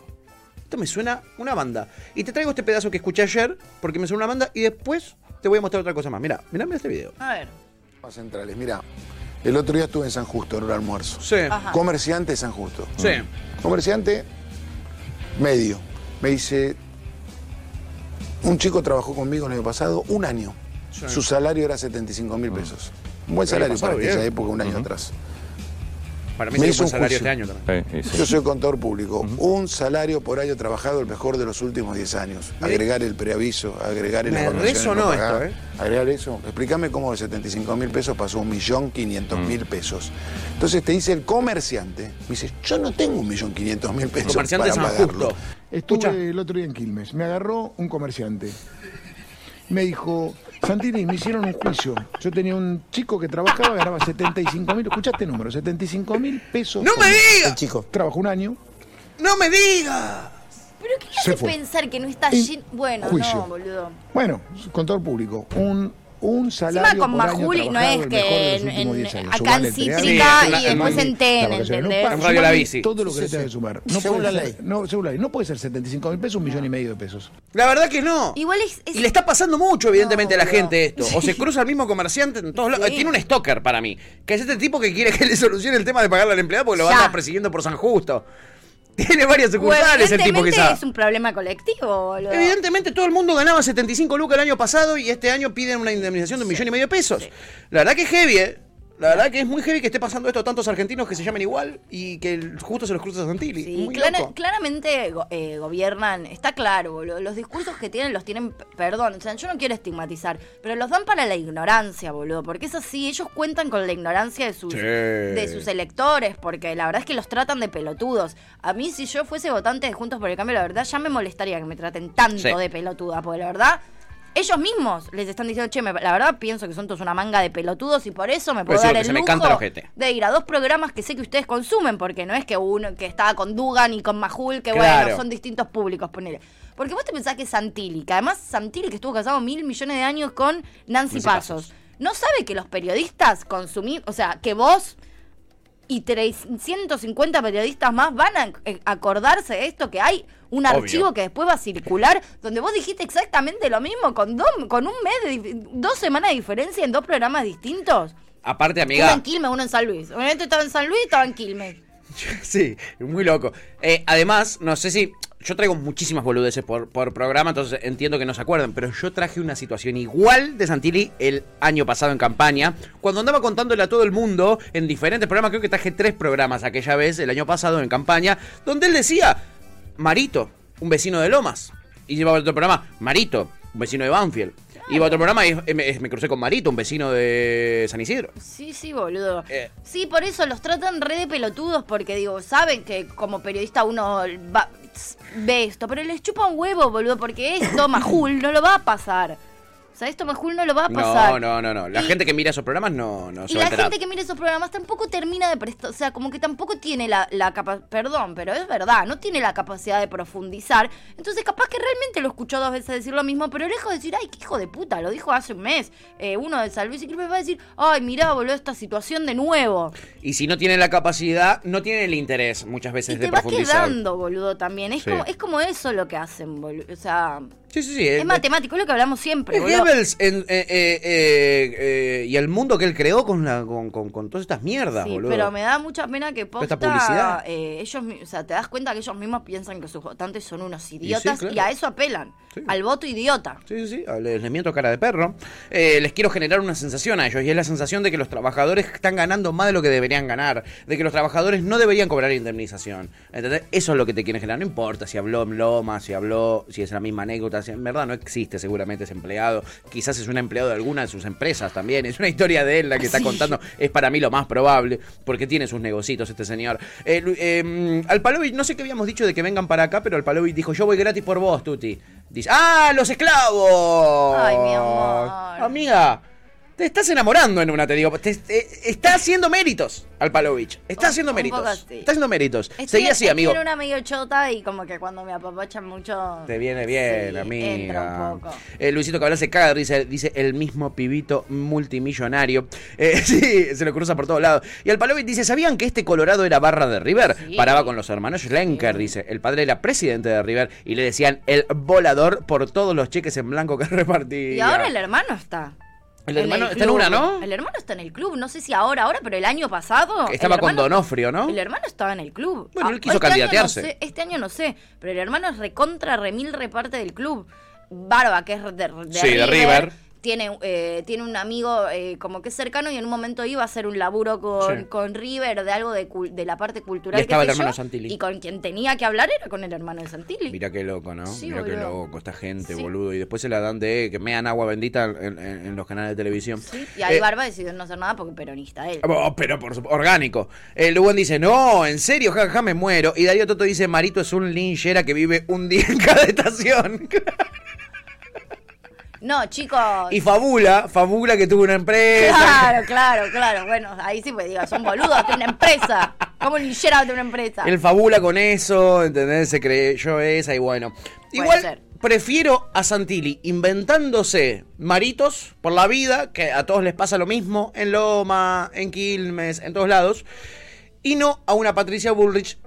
S4: Esto me suena una banda. Y te traigo este pedazo que escuché ayer porque me suena una banda y después te voy a mostrar otra cosa más. Mira, mirá, mirá este video.
S5: A ver.
S10: Centrales, mira, el otro día estuve en San Justo en un almuerzo.
S4: Sí. Ajá.
S10: Comerciante de San Justo.
S4: Sí.
S10: Comerciante medio. Me dice, un chico trabajó conmigo el año pasado un año.
S14: Sí.
S10: Su salario era 75 mil pesos.
S4: Mm.
S10: Un buen
S14: El
S10: salario
S14: año pasado,
S10: para aquella
S14: bien.
S10: época, un año
S14: Ujú.
S10: atrás.
S4: Para mí
S10: Me
S4: se
S10: hizo
S4: un
S10: un
S4: salario este
S10: juicio.
S4: año también.
S10: Yo soy contador público. Un salario por año trabajado, el mejor de los últimos 10 años.
S4: Mira.
S10: Agregar el preaviso, agregar el
S4: Me resonó esto, ¿eh?
S10: Agregar ¿eh? eso. Explícame cómo de 75 mil pesos pasó a un millón 500
S4: Mm.
S10: mil pesos. Entonces te dice el comerciante, me dice, yo no tengo un millón 500 mil pesos
S4: Comerciante
S10: para
S4: San
S10: pagarlo.
S4: Justo.
S14: Estuve el otro día en Quilmes. Me agarró un comerciante. Me dijo, Santini, me hicieron un juicio. Yo tenía un chico que trabajaba, ganaba 75 mil, escuchaste el número, 75 mil pesos.
S4: ¡No me diga!
S14: El chico. Trabajó un año,
S4: ¡No me diga!
S5: ¿Pero qué le
S14: Se
S5: hace
S14: fue.
S5: pensar que no está
S14: Y
S5: lleno? Bueno,
S14: juicio.
S5: no, boludo.
S14: bueno, contador público, un, un
S5: Encima
S14: salario
S5: con
S14: por año
S5: Majuli no
S14: trabajado,
S5: es
S14: el mejor de
S5: que
S14: los
S5: en,
S14: últimos 10
S5: en-
S14: años.
S5: acá
S14: Sumale
S5: en
S14: el triángulo,
S5: Cítrica
S14: la-
S5: y
S14: la-
S5: después
S14: la-
S5: en TEN,
S14: la vacaciones,
S5: ¿entendés?
S14: No,
S4: Radio La
S14: sumale
S4: Bici.
S14: Todo lo que
S4: Sí,
S14: le tengas
S4: sí.
S14: que sumar. No
S4: Según
S14: puede
S4: la
S14: ser-
S4: ley.
S14: No, según la ley. No puede ser 75 mil pesos, un millón y medio de pesos.
S4: La verdad que no.
S5: Igual es.
S4: Y le está pasando mucho, evidentemente, a la
S14: No,
S4: gente esto. O se
S14: Sí.
S4: cruza el mismo comerciante en todos lados. Eh, Tiene un stalker para mí. Que es este tipo que quiere que le solucione el tema de pagarle al empleado porque lo
S5: Ya.
S4: van persiguiendo por San Justo. Tiene varias sucursales el tipo que
S5: Evidentemente
S4: sabe.
S5: es un problema colectivo, boludo.
S4: Evidentemente todo el mundo ganaba 75 lucas el año pasado y este año piden una indemnización de un millón y medio de pesos. La verdad que es heavy, ¿eh? La verdad que es muy heavy que esté pasando esto a tantos argentinos que se llamen igual y que el- justo se los cruza Santilli.
S5: Y
S4: muy
S5: clara-
S4: loco.
S5: claramente go- eh, gobiernan, está claro, boludo. Los discursos que tienen los tienen, p- perdón, o sea, yo no quiero estigmatizar, pero los dan para la ignorancia, boludo, porque es así, ellos cuentan con la ignorancia de sus,
S16: Sí.
S5: de sus electores, porque la verdad es que los tratan de pelotudos. A mí, si yo fuese votante de Juntos por el Cambio, la verdad ya me molestaría que me traten tanto
S16: Sí.
S5: de pelotuda, porque la verdad... Ellos mismos les están diciendo, che, me- la verdad pienso que son todos una manga de pelotudos y por eso me puedo
S4: Pues sí,
S5: dar
S4: porque
S5: el
S4: se me
S5: lujo
S4: canta el ojete.
S5: de ir a dos programas que sé que ustedes consumen, porque no es que uno que estaba con Dugan y con Majul, que
S16: Claro.
S5: bueno, son distintos públicos, ponele. Porque vos te pensás que Santilli, que además Santilli que estuvo casado mil millones de años con Nancy,
S16: Nancy
S5: Pasos, no sabe que los periodistas consumimos, o sea, que vos y 350 periodistas más van a eh, acordarse de esto, que hay un
S16: Obvio.
S5: archivo que después va a circular, donde vos dijiste exactamente lo mismo, con, dos, con un mes, de dif- dos semanas de diferencia en dos programas distintos.
S4: Aparte,
S5: Uno
S4: amiga.
S5: en Quilmes, uno en San Luis. Obviamente estaba en San Luis y estaba en Quilmes.
S4: Sí, muy loco. Eh, además, no sé si. Yo traigo muchísimas boludeces por, por programa, entonces entiendo que no se acuerdan, pero yo traje una situación igual de Santilli el año pasado en campaña, cuando andaba contándole a todo el mundo en diferentes programas, creo que traje tres programas aquella vez, el año pasado en campaña, donde él decía, Marito, un vecino de Lomas, y llevaba otro programa, Marito, un vecino de Banfield, iba a otro programa y eh, me, me crucé con Marito, un vecino de San Isidro.
S5: Sí, sí, boludo.
S4: Eh.
S5: Sí, por eso los tratan re de pelotudos, porque digo, saben que como periodista uno va- ve esto, pero les chupa un huevo, boludo, porque esto Majul no lo va a pasar. O sea, esto Majul no lo va a pasar.
S4: No, no, no, no. La gente que mira esos programas no, no se
S5: Y
S4: va a
S5: la
S4: enterar.
S5: gente que mira esos programas tampoco termina de prestar, o sea, como que tampoco tiene la, la capacidad, perdón, pero es verdad, no tiene la capacidad de profundizar. Entonces, capaz que realmente lo escuchó dos veces decir lo mismo, pero lejos de decir, ay, qué hijo de puta, lo dijo hace un mes. Eh, uno de San Luis y Quilmes va a decir, ay, mirá, boludo, esta situación de nuevo.
S4: Y si no tienen la capacidad, no tienen el interés muchas veces
S5: Y
S4: de
S5: te va
S4: profundizar.
S5: quedando, boludo, también. Es,
S4: Sí.
S5: como, es como eso lo que hacen, boludo. O sea,
S4: Sí, sí, sí.
S5: Es
S4: eh,
S5: matemático, es lo que hablamos siempre.
S4: eh,
S5: boludo.
S4: Goebbels en- eh, eh, eh, eh, y el mundo que él creó con, la, con, con- con todas estas mierdas,
S5: Sí,
S4: boludo.
S5: pero me da mucha pena que
S4: Toda esta
S5: posta,
S4: publicidad.
S5: eh, ellos, mi- o sea, te das cuenta que ellos mismos piensan que sus votantes son unos idiotas y,
S4: claro.
S5: a eso apelan, al voto idiota.
S4: Sí, sí, sí, a- Ah, les, les miento cara de perro. Eh, les quiero generar una sensación a ellos y es la sensación de que los trabajadores están ganando más de lo que deberían ganar, de que los trabajadores no deberían cobrar indemnización. ¿Entendés? Eso es lo que te quieren generar. No importa si habló en Loma, si habló, si es la misma anécdota, si en verdad no existe seguramente ese empleado. Quizás es un empleado de alguna de sus empresas también. Es una historia de él la que está
S1: Sí.
S4: contando. Es para mí lo más probable porque tiene sus negocitos este señor. Eh, Lu- eh, Alpalovic, no sé qué habíamos dicho de que vengan para acá, pero Alpalovic dijo, yo voy gratis por vos, Tuti. Dice, ¡ah, los esclavos! Ay, mi amor. Amiga, te estás enamorando en una, te digo. Te- te- está haciendo méritos, Alpalovich. Está haciendo
S5: Oh, un
S4: méritos.
S5: poco así.
S4: Está haciendo méritos.
S5: Estoy,
S4: Seguí así,
S5: estoy
S4: amigo.
S5: en una medio chota y como que cuando me apapachan mucho...
S4: Te viene bien,
S5: Sí, entra
S4: amiga.
S5: un poco.
S4: Eh, Luisito Cabral se caga de risa, dice el mismo pibito multimillonario. Eh, sí, se lo cruza por todos lados. Y Alpalovic dice: ¿Sabían que este Colorado era barra de River?
S1: Sí.
S4: Paraba con los hermanos Schlenker, dice. El padre era presidente de River y le decían el volador por todos los cheques en blanco que repartía.
S5: Y ahora el hermano está.
S4: El hermano está en
S5: club.
S4: una, ¿no?
S5: El hermano está en el club, no sé si ahora, ahora, pero el año pasado... el
S4: Estaba con
S5: hermano-
S4: Donofrio, ¿no?
S5: El hermano estaba en el club.
S4: Bueno, él quiso
S5: este año no
S4: candidatearse.
S5: sé- este año no sé, pero el hermano es recontra, remil, reparte del club. Barba, que es de, de
S4: Sí, de River.
S5: Tiene, eh, tiene un amigo eh, como que es cercano y en un momento iba a hacer un laburo con,
S4: Sí.
S5: con River de algo de, cul- de la parte cultural.
S4: Y estaba
S5: qué sé
S4: el hermano
S5: yo,
S4: Santilli.
S5: Y con quien tenía que hablar era con el hermano de Santilli.
S4: Mira qué loco, ¿no?
S5: Sí,
S4: Mira qué
S5: boludo.
S4: loco esta gente, boludo. Y después se la dan de que mean agua bendita en, en- en los canales de televisión.
S5: Y ahí
S4: Eh,
S5: Barba decidió no hacer nada porque peronista él.
S4: Oh, pero por supuesto, orgánico. El Lugan dice, no, en serio, jaja, me muero. Y Darío Toto dice, Marito es un linchera que vive un día en cada estación.
S5: No, chicos.
S4: Y fabula, fabula que tuvo una empresa.
S5: Claro, claro, claro. Bueno, ahí sí pues digo, son boludos, de una empresa. Como un linchera de una empresa.
S4: Él fabula con eso, ¿entendés? Se creyó esa y bueno. Igual prefiero a Santilli inventándose maritos por la vida, que a todos les pasa lo mismo, en Loma, en Quilmes, en todos lados, y no a una Patricia Bullrich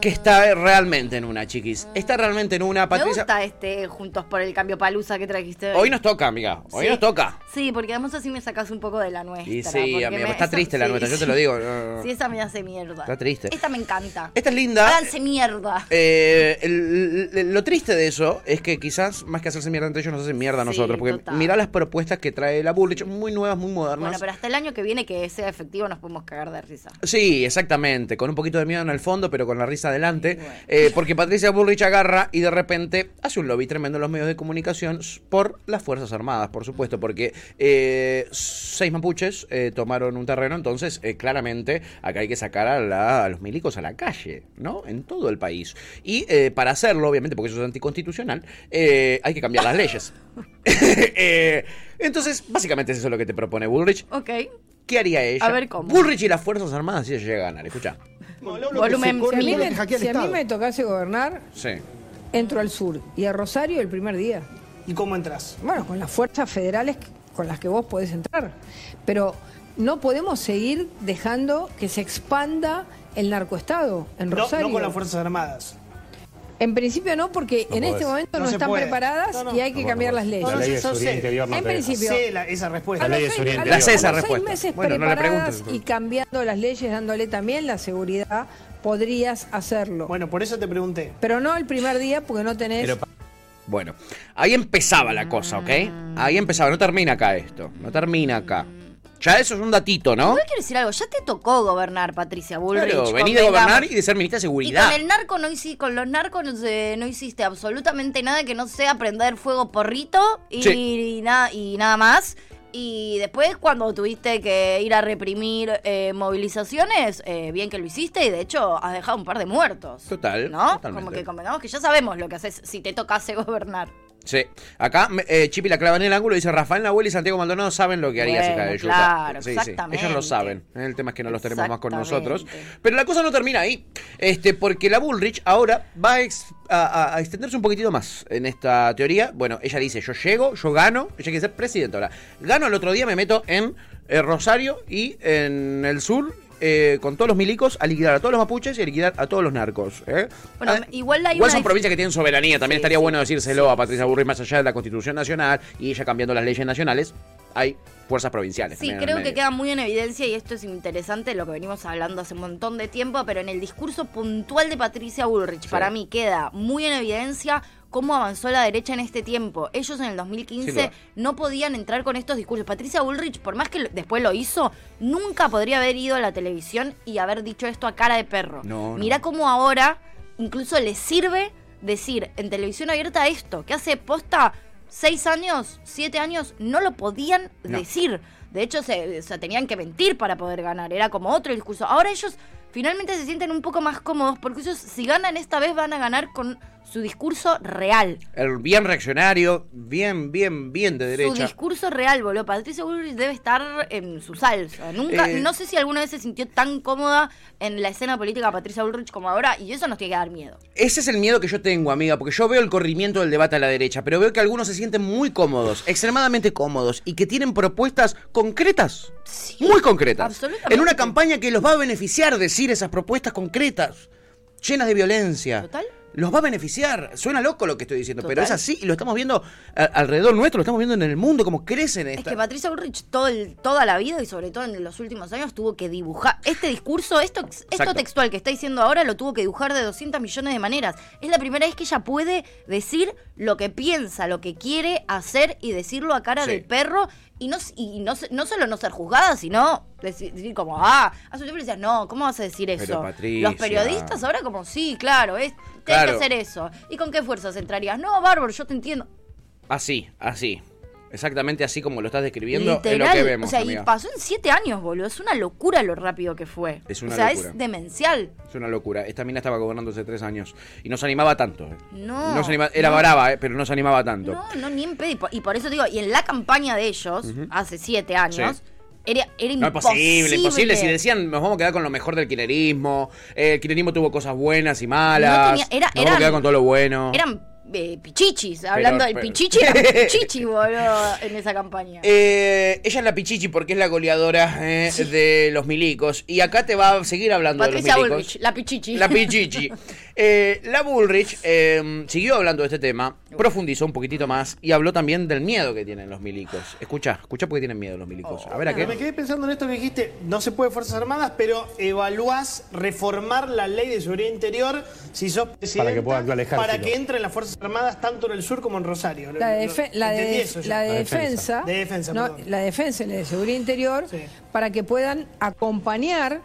S4: que está realmente en una, chiquis. Está realmente en una,
S5: Me
S4: ah, Patricia.
S5: gusta este Juntos por el Cambio Palusa que trajiste hoy.
S4: Hoy nos toca, amiga. Hoy
S5: Sí.
S4: nos toca.
S5: Sí, porque además así me sacas un poco de la nuestra.
S4: Y sí,
S5: porque
S4: amiga,
S5: me-
S4: está
S5: esa-
S4: triste la
S5: sí,
S4: nuestra, yo te
S5: sí.
S4: lo digo. no, no, no.
S5: Sí, esa me hace mierda.
S4: Está triste.
S5: Esta me encanta.
S4: Esta es linda.
S5: Háganse mierda.
S4: Eh, el- el- lo triste de eso es que quizás más que hacerse mierda entre ellos nos hacen mierda a
S5: Sí,
S4: nosotros. Porque
S5: total.
S4: mirá las propuestas que trae la Bullrich, muy nuevas, muy modernas.
S5: Bueno, pero hasta el año que viene que sea efectivo nos podemos cagar de risa.
S4: Sí, exactamente, con un poquito de miedo en el fondo, pero con la risa adelante, eh, porque Patricia Bullrich agarra y de repente hace un lobby tremendo en los medios de comunicación s- por las Fuerzas Armadas, por supuesto, porque eh, seis mapuches eh, tomaron un terreno, entonces eh, claramente acá hay que sacar a, la- a los milicos a la calle, ¿no? En todo el país. Y eh, para hacerlo, obviamente, porque eso es anticonstitucional, eh, hay que cambiar las leyes. Eh, entonces, básicamente eso es lo que te propone Bullrich.
S5: Ok.
S4: ¿Qué haría ella?
S5: A ver cómo.
S4: Bullrich y las Fuerzas Armadas si ella llega a ganar, escucha.
S5: Volumen
S16: Si a mí
S5: mil.
S16: me, si a mí me tocase gobernar,
S4: Sí.
S16: entro al sur y a Rosario el primer día. ¿Y cómo entras? Bueno, con las fuerzas federales con las que vos podés entrar. Pero no podemos seguir dejando que se expanda el narcoestado en
S17: No,
S16: Rosario.
S17: no con las Fuerzas Armadas.
S16: En principio no, porque en este
S17: podés.
S16: momento
S17: No
S16: no,
S17: se
S16: están
S17: puede.
S16: preparadas
S17: No, no.
S16: y hay que
S17: No,
S16: cambiar
S17: no,
S16: las
S17: no.
S16: leyes.
S17: La ley de Yo seguridad sé. interior no
S16: En
S17: te deja.
S16: principio.
S17: Sé la- esa respuesta.
S16: A
S17: La
S16: los
S17: ley de
S16: seis-
S17: seguridad
S16: a los-
S17: interior.
S4: La sé esa
S16: a los
S4: respuesta.
S16: Seis meses
S4: Bueno, no le
S16: preparadas
S4: preguntes,
S16: y cambiando las leyes, dándole también la seguridad, podrías hacerlo.
S17: Bueno, por eso te pregunté.
S16: Pero no el primer día porque no tenés...
S4: Pero pa- Bueno, ahí empezaba la cosa, ¿ok?
S5: Mm.
S4: Ahí empezaba, no termina acá esto, no termina acá. Ya eso es un datito, ¿no?
S5: Igual quiero decir algo, ya te tocó gobernar, Patricia Bullrich.
S4: Claro, vení de
S5: convengamos.
S4: gobernar y de ser ministra de
S5: Y con
S4: seguridad.
S5: el narco no hici- con los narcos eh, no hiciste absolutamente nada que no sea prender fuego porrito y,
S4: Sí.
S5: y nada y nada más. Y después cuando tuviste que ir a reprimir eh, movilizaciones, eh, bien que lo hiciste y de hecho has dejado un par de muertos.
S4: Total.
S5: ¿No?
S4: totalmente.
S5: Como que convengamos que ya sabemos lo que haces si te tocase gobernar.
S4: Sí. Acá me- eh, Chipi la clava en el ángulo y dice Rafael Nahuel y Santiago Maldonado saben lo que haría si
S5: Bueno,
S4: cae de Yuta.
S5: claro,
S4: sí, sí.
S5: exactamente.
S4: Ellos lo saben. El tema es que no los tenemos más con
S5: Exactamente.
S4: nosotros. Pero la cosa no termina ahí. Este, porque la Bullrich ahora va a, ex- a- a- a extenderse un poquitito más en esta teoría. Bueno, ella dice, yo llego, yo gano, ella quiere ser presidenta ahora. Gano el otro día, me meto en eh, Rosario y en el sur. eh, con todos los milicos a liquidar a todos los mapuches y a liquidar a todos los narcos. ¿eh?
S5: Bueno, igual hay
S4: Igual
S5: una
S4: son provincias que tienen soberanía, también estaría bueno decírselo a Patricia Burri más allá de la Constitución Nacional y ella cambiando las leyes nacionales, hay fuerzas provinciales.
S5: Sí,
S4: también en el
S5: creo que
S4: medio.
S5: queda muy en evidencia y esto es interesante, lo que venimos hablando hace un montón de tiempo, pero en el discurso puntual de Patricia Bullrich, para mí queda muy en evidencia cómo avanzó la derecha en este tiempo. Ellos en el
S18: Sin
S5: 2015
S18: duda.
S5: no podían entrar con estos discursos. Patricia Bullrich, por más que lo- después lo hizo, nunca podría haber ido a la televisión y haber dicho esto a cara de perro.
S18: No, no.
S5: Mirá cómo ahora incluso le sirve decir en televisión abierta esto, que hace posta seis años, siete años, no lo podían
S18: No.
S5: decir. De hecho, se, o sea, tenían que mentir para poder ganar. Era como otro discurso. Ahora ellos finalmente se sienten un poco más cómodos porque ellos, si ganan esta vez, van a ganar con su discurso real.
S4: El bien reaccionario, bien, bien, bien de
S5: Su
S4: derecha.
S5: discurso real, boludo. Patricia Bullrich debe estar en su salsa. Nunca,
S4: Eh.
S5: no sé si alguna vez se sintió tan cómoda en la escena política Patricia Bullrich como ahora, y eso nos tiene que dar miedo.
S4: Ese es el miedo que yo tengo, amiga, porque yo veo el corrimiento del debate a la derecha, pero veo que algunos se sienten muy cómodos, extremadamente cómodos, y que tienen propuestas concretas, muy concretas.
S5: absolutamente.
S4: En una campaña que los va a beneficiar decir esas propuestas concretas, llenas de violencia.
S5: Total.
S4: Los va a beneficiar. Suena loco lo que estoy diciendo, pero es
S5: Total.
S4: así y lo estamos viendo a- alrededor nuestro, lo estamos viendo en el mundo, cómo crecen
S5: Es
S4: estas.
S5: que Patricia Bullrich todo el- toda la vida y sobre todo en los últimos años tuvo que dibujar este discurso, esto, esto
S4: Exacto.
S5: textual que está diciendo ahora lo tuvo que dibujar de 200 millones de maneras. Es la primera vez que ella puede decir lo que piensa, lo que quiere hacer y decirlo a cara
S18: Sí.
S5: de perro y no s- y no, se- no solo no ser juzgada, sino deci- decir, como, ah, hace un tiempo le decías, no, ¿cómo vas a decir
S18: Pero,
S5: eso?
S18: Patricia.
S5: Los periodistas ahora como, sí, claro, es, tenés
S4: Claro.
S5: que hacer eso. ¿Y con qué fuerzas entrarías? No, bárbaro, yo te entiendo.
S4: Así, así. Exactamente así como lo estás describiendo es lo
S5: Literal,
S4: que vemos.
S5: o sea,
S4: amiga.
S5: y pasó en siete años, boludo. Es una locura lo rápido que fue.
S4: Es una
S5: o sea,
S4: locura.
S5: es demencial.
S4: Es una locura. Esta mina estaba gobernando hace tres años y no se animaba tanto. eh.
S5: No.
S4: se anima- Era
S5: No.
S4: brava, eh, pero no se animaba tanto.
S5: No, no, ni en pedo. Y por- Y por eso digo, y en la campaña de ellos,
S4: Ujú.
S5: hace siete años,
S4: Sí.
S5: era, era
S4: No es posible,
S5: imposible.
S4: imposible. Si decían, nos vamos a quedar con lo mejor del kirchnerismo, eh, el kirchnerismo tuvo cosas buenas y malas,
S5: No tenía- era-
S4: nos vamos a
S5: eran-
S4: quedar con todo lo bueno.
S5: Eran eh, pichichis. Hablando del
S4: pero-
S5: pichichi, era pichichi, boludo, en esa campaña.
S4: Eh, ella es la pichichi porque es la goleadora eh, de los milicos. Y acá te va a seguir hablando
S5: Patricia
S4: de los milicos.
S5: Bullrich, la pichichi.
S4: La Pichichi. Eh, la Bullrich eh, siguió hablando de este tema, profundizó un poquitito más y habló también del miedo que tienen los milicos. Escucha, escucha porque tienen miedo los milicos. a ver a
S17: Mira, Me
S4: qué.
S17: quedé pensando en esto que dijiste, no se puede Fuerzas Armadas, pero evaluás reformar la ley de seguridad interior si sos presidente
S19: que pueda actuar el
S17: para
S19: ejército.
S17: que entren las Fuerzas Armadas tanto en el sur como en Rosario.
S16: La de, defe- la de-
S17: Entendí eso yo.
S16: la de defensa,
S17: De defensa,
S16: no,
S17: perdón.
S16: la defensa y la de seguridad interior, para que puedan acompañar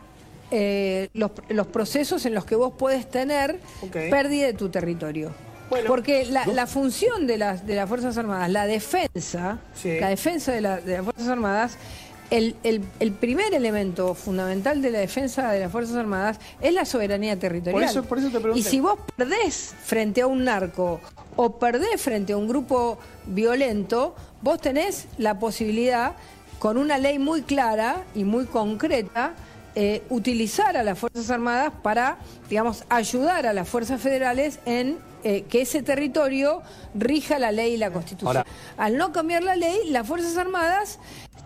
S16: eh, los, los procesos en los que vos podés tener pérdida de tu territorio. Porque la, la función de las, de las Fuerzas Armadas, la defensa, la defensa de, la- de las Fuerzas Armadas, el, el- el primer elemento fundamental de la defensa de las Fuerzas Armadas es la soberanía territorial.
S17: Por eso- por eso te pregunté.
S16: Y si vos perdés frente a un narco o perdés frente a un grupo violento, vos tenés la posibilidad, con una ley muy clara y muy concreta, eh, utilizar a las Fuerzas Armadas para, digamos, ayudar a las Fuerzas Federales en eh, que ese territorio rija la ley y la Constitución.
S19: Ahora-
S16: Al no cambiar la ley, las Fuerzas Armadas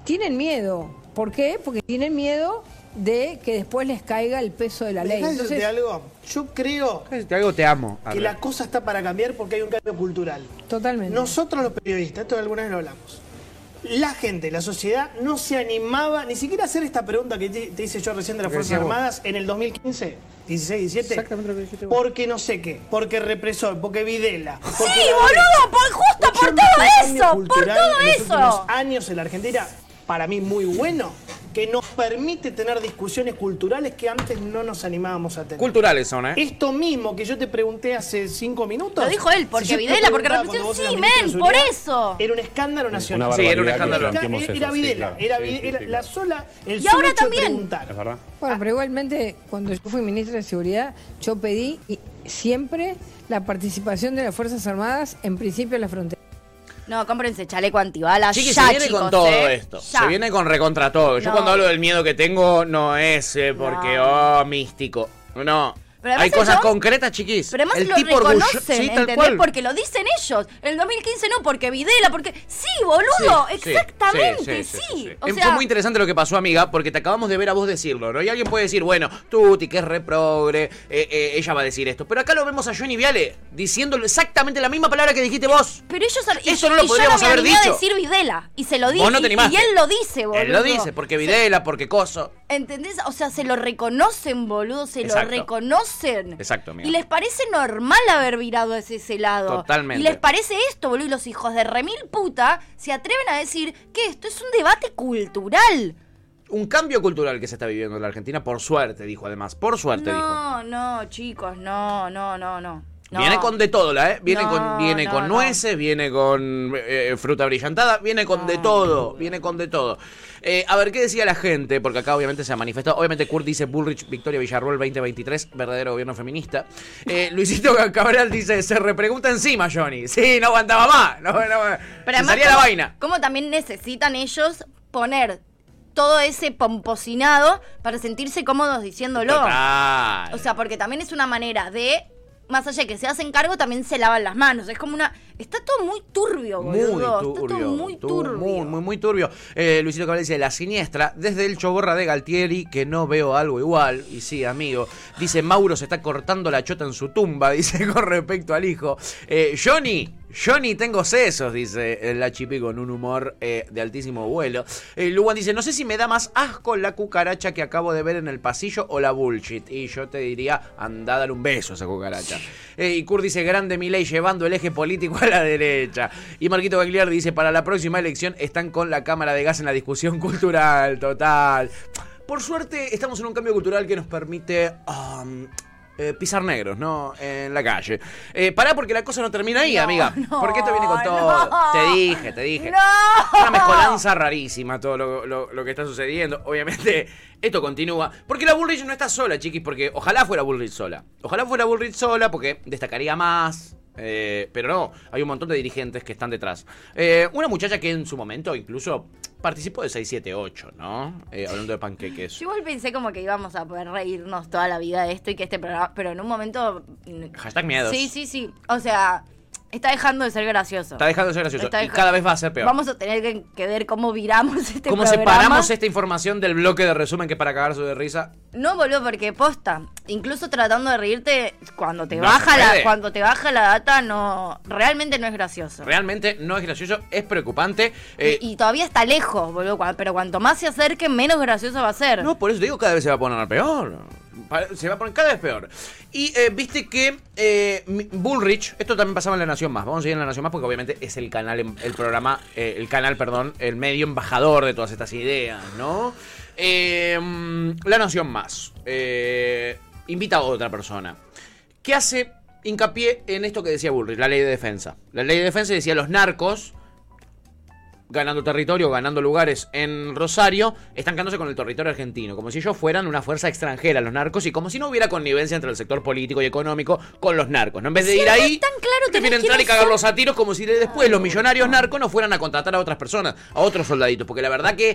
S16: tienen miedo. ¿Por qué? Porque tienen miedo de que después les caiga el peso de la ley.
S17: ¿Dejás de decirte algo? Yo creo
S4: Te hago te amo.
S17: que
S4: Arre.
S17: la cosa está para cambiar porque hay un cambio cultural.
S16: Totalmente.
S17: Nosotros los periodistas, esto alguna vez lo hablamos, la gente, la sociedad no se animaba ni siquiera a hacer esta pregunta que te, te hice yo recién de las
S4: Lo que
S17: Fuerzas
S4: decías vos.
S17: Armadas en el 2015, 16, 17. Exactamente lo que dijiste Porque no sé qué, porque represor, porque Videla. porque
S5: Sí,
S17: Gabriel.
S5: boludo, por- justo por
S17: Un
S5: todo
S17: cambio
S5: eso, por
S17: cultural
S5: todo
S17: en los
S5: eso.
S17: últimos años en la Argentina, para mí muy bueno, que nos permite tener discusiones culturales que antes no nos animábamos a tener.
S4: Culturales son, ¿eh?
S17: Esto mismo que yo te pregunté hace cinco minutos.
S5: Lo dijo él, porque
S17: yo te
S5: Videla, porque
S17: preguntaba
S5: representó-
S17: cuando vos
S5: sí,
S17: eras ministra de
S5: men,
S17: Seguridad,
S5: por eso.
S17: Era un escándalo nacional.
S19: Una Sí, era un barbaridad que escándalo.
S17: Era,
S19: planteemos
S17: era
S19: eso, sí,
S17: Videla,
S19: claro.
S17: era,
S19: Sí,
S17: Videla,
S19: sí,
S17: era
S19: sí,
S17: la
S19: claro.
S17: sola. El
S16: Y
S17: solo
S16: ahora
S17: hecho de
S16: también.
S17: preguntar.
S19: Es verdad.
S16: Bueno, pero igualmente, cuando yo fui ministra de Seguridad, yo pedí y- siempre la participación de las Fuerzas Armadas en principio en la frontera.
S5: No, cómprense chaleco antibalas.
S4: Chiqui,
S5: ya,
S4: se viene
S5: chicos,
S4: con todo
S5: ¿eh?
S4: esto.
S5: Ya.
S4: Se viene con recontra todo. Yo
S5: No.
S4: cuando hablo del miedo que tengo, no es eh, porque, oh, místico. No.
S5: Pero además
S4: Hay
S5: el
S4: cosas
S5: chabón-
S4: concretas, chiquis.
S5: Pero además
S4: El
S5: lo
S4: tipo orgullo-
S5: reconocen,
S4: Sí, tal
S5: ¿entendés?
S4: cual.
S5: Porque lo dicen ellos. En el 2015 no, porque Videla, porque... Sí, boludo,
S4: Sí, sí,
S5: exactamente, sí. O
S4: Eh,
S5: sea,
S4: Fue muy interesante lo que pasó, amiga, porque te acabamos de ver a vos decirlo, ¿no? Y alguien puede decir, bueno, Tuti, que es reprogre, eh, eh, ella va a decir esto. Pero acá lo vemos a Johnny Viale diciendo exactamente la misma palabra que dijiste vos.
S5: pero ellos... y-
S4: Eso no lo
S5: y
S4: podríamos
S5: yo no me
S4: haber
S5: animé a
S4: dicho.
S5: decir Videla. Y se lo
S4: Vos
S5: dije.
S4: no te
S5: y,
S4: animaste.
S5: y él lo dice, boludo.
S4: Él lo dice, porque Videla, porque Coso.
S5: ¿Entendés? O sea, se lo reconocen, boludo, se
S4: Exacto.
S5: lo reconocen.
S4: Exacto, amiga.
S5: Y les parece normal haber virado hacia ese lado.
S4: Totalmente.
S5: Y les parece esto, boludo. Y los hijos de remil puta se atreven a decir que esto es un debate cultural.
S4: Un cambio cultural que se está viviendo en la Argentina, por suerte, dijo además. Por suerte, dijo.
S5: No, no, chicos, no, no, no, no. no.
S4: Viene con de todo, la, ¿eh? Viene
S5: No,
S4: con, viene
S5: no,
S4: con
S5: no.
S4: nueces, viene con eh, fruta brillantada, viene con
S5: Ah.
S4: de todo, viene con de todo. Eh, a ver, ¿qué decía la gente? Porque acá obviamente se ha manifestado. Obviamente Kurt dice Bullrich, Victoria Villarruel 2023, verdadero gobierno feminista. Eh, Luisito Cabral dice, se repregunta encima, Johnny. Sí, no aguantaba más. No, no,
S5: Pero
S4: se
S5: además,
S4: salía la
S5: como-
S4: vaina.
S5: Como también necesitan ellos poner todo ese pomposinado para sentirse cómodos diciéndolo.
S4: Total.
S5: O sea, porque también es una manera de. Más allá de que se hacen cargo, también se lavan las manos. Es como una. Está todo muy turbio,
S4: Muy
S5: boludo. Está todo
S4: turbio,
S5: muy
S4: tu-
S5: turbio.
S4: Muy, muy, muy turbio. Eh, Luisito Cabral dice, la siniestra, desde el chogorra de Galtieri, que no veo algo igual, y sí, amigo. Dice, Mauro se está cortando la chota en su tumba, dice, con respecto al hijo. Eh, Johnny, Johnny, tengo sesos, dice eh, la chipi con un humor eh, de altísimo vuelo. Eh, Luan dice, no sé si me da más asco la cucaracha que acabo de ver en el pasillo o la bullshit. Y yo te diría, anda a dar un beso a esa cucaracha. Eh, y Kurt dice, grande Milei llevando el eje político a la derecha. Y Marquito Gagliar dice, para la próxima elección están con la Cámara de Gas en la discusión cultural, total. Por suerte, estamos en un cambio cultural que nos permite... um, eh, pisar negros, ¿no? En la calle. Eh, pará porque la cosa no termina ahí, amiga.
S5: no,
S4: porque esto viene con todo.
S5: no.
S4: Te dije, te dije.
S5: ¡No!
S4: Una mezcolanza rarísima todo lo, lo- lo que está sucediendo. Obviamente, esto continúa. Porque la Bullrich no está sola, chiquis, porque ojalá fuera Bullrich sola. Ojalá fuera Bullrich sola porque destacaría más. eh, pero no, hay un montón de dirigentes que están detrás. Eh, una muchacha que en su momento incluso participó de 678, ¿no? Eh, hablando de panqueques.
S5: Yo igual pensé como que íbamos a poder reírnos toda la vida de esto y que este programa. Pero en un momento.
S4: Hashtag miedos.
S5: Sí, sí, sí. O sea, está dejando de ser gracioso.
S4: Está dejando de ser gracioso.
S5: Está
S4: y
S5: deja-
S4: cada vez va a ser peor.
S5: Vamos a tener que, que ver cómo viramos este
S4: ¿Cómo
S5: programa.
S4: separamos esta información del bloque de resumen que para cagarse de risa?
S5: No, boludo, porque posta. Incluso tratando de reírte, cuando te
S4: No
S5: baja
S4: se
S5: la,
S4: puede.
S5: cuando te baja la data, no. Realmente no es gracioso.
S4: Realmente no es gracioso, es preocupante. Eh,
S5: Y todavía está lejos, boludo. cua- Pero cuanto más se acerque, menos gracioso va a ser.
S4: No, por eso te digo, cada vez se va a poner peor. Pa- Se va a poner cada vez peor. Y eh, viste que eh, mi- Bullrich, esto también pasaba en La Nación Más. Vamos a seguir en La Nación Más porque obviamente es el canal, em- el programa, eh, el canal, perdón, el medio embajador de todas estas ideas, ¿no? Eh, mm, la Nación Más eh, invita a otra persona que hace hincapié en esto que decía Bullrich, la ley de defensa. La ley de defensa decía los narcos ganando territorio, ganando lugares en Rosario, estancándose con el territorio argentino, como si ellos fueran una fuerza extranjera, los narcos, y como si no hubiera connivencia entre el sector político y económico con los narcos. ¿no? En vez de ir
S5: Siempre
S4: ahí,
S5: es tan claro
S4: prefieren
S5: tenés
S4: entrar y
S5: quiénes
S4: cagarlos
S5: son.
S4: a tiros como si después los millonarios narcos no fueran a contratar a otras personas, a otros soldaditos, porque la verdad que...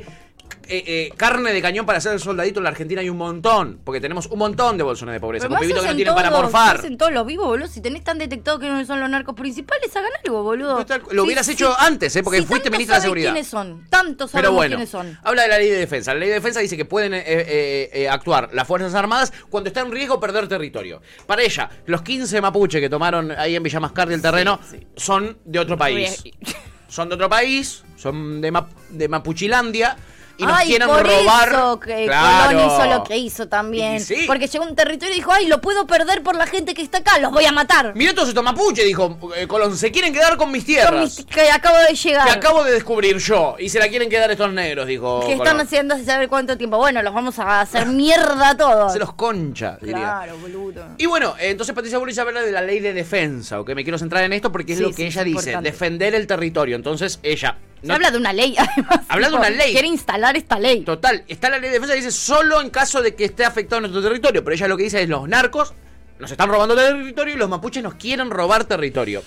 S4: eh, eh, carne de cañón para ser soldadito en la Argentina hay un montón, porque tenemos un montón de bolsones de
S5: Pero
S4: pobreza, con
S5: más
S4: pibitos que no
S5: hacen
S4: tienen para
S5: todos-
S4: morfar.
S5: hacen todos los vivos, boludo. Si tenés tan detectado que no son los narcos principales, hagan algo, boludo.
S4: lo hubieras hecho antes, ¿eh? Porque
S5: tanto
S4: fuiste ministra de
S5: sabés
S4: Seguridad.
S5: quiénes son. Tantos
S4: Pero
S5: sabemos
S4: bueno,
S5: quiénes son.
S4: habla de la ley de defensa. La ley de defensa dice que pueden eh, eh, eh, actuar las Fuerzas Armadas cuando está en riesgo perder territorio. Para ella, los 15 mapuche que tomaron ahí en Villa Mascardi el terreno son de otro país. Son de otro país, son de, Map- de Mapuchilandia y nos
S5: ay,
S4: quieren
S5: por
S4: robar.
S5: eso que
S4: Claro.
S5: Colón hizo lo que hizo también.
S4: Y sí.
S5: Porque llegó a un territorio y dijo, ay, lo puedo perder por la gente que está acá, los voy a matar.
S4: Mirá todos estos mapuche, dijo eh, Colón, se quieren quedar con mis tierras.
S5: Son mis- que acabo de llegar.
S4: que acabo de descubrir yo y se la quieren quedar estos negros, dijo
S5: que están
S4: oh, Colón.
S5: haciendo hace saber cuánto tiempo. Bueno, los vamos a hacer mierda a todos.
S4: Se los concha, diría.
S5: Claro, boludo.
S4: Y bueno, eh, entonces Patricia Bullrich habla de la ley de defensa, ¿ok? Me quiero centrar en esto porque es
S5: Sí,
S4: lo que
S5: sí,
S4: ella
S5: es
S4: dice,
S5: importante.
S4: defender el territorio. Entonces ella...
S5: Se habla de una ley, además.
S4: Habla de
S5: tipo,
S4: una ley.
S5: Quiere instalar esta ley.
S4: Total, está la ley de defensa que dice solo en caso de que esté afectado nuestro territorio, pero ella lo que dice es los narcos nos están robando territorio y los mapuches nos quieren robar territorio.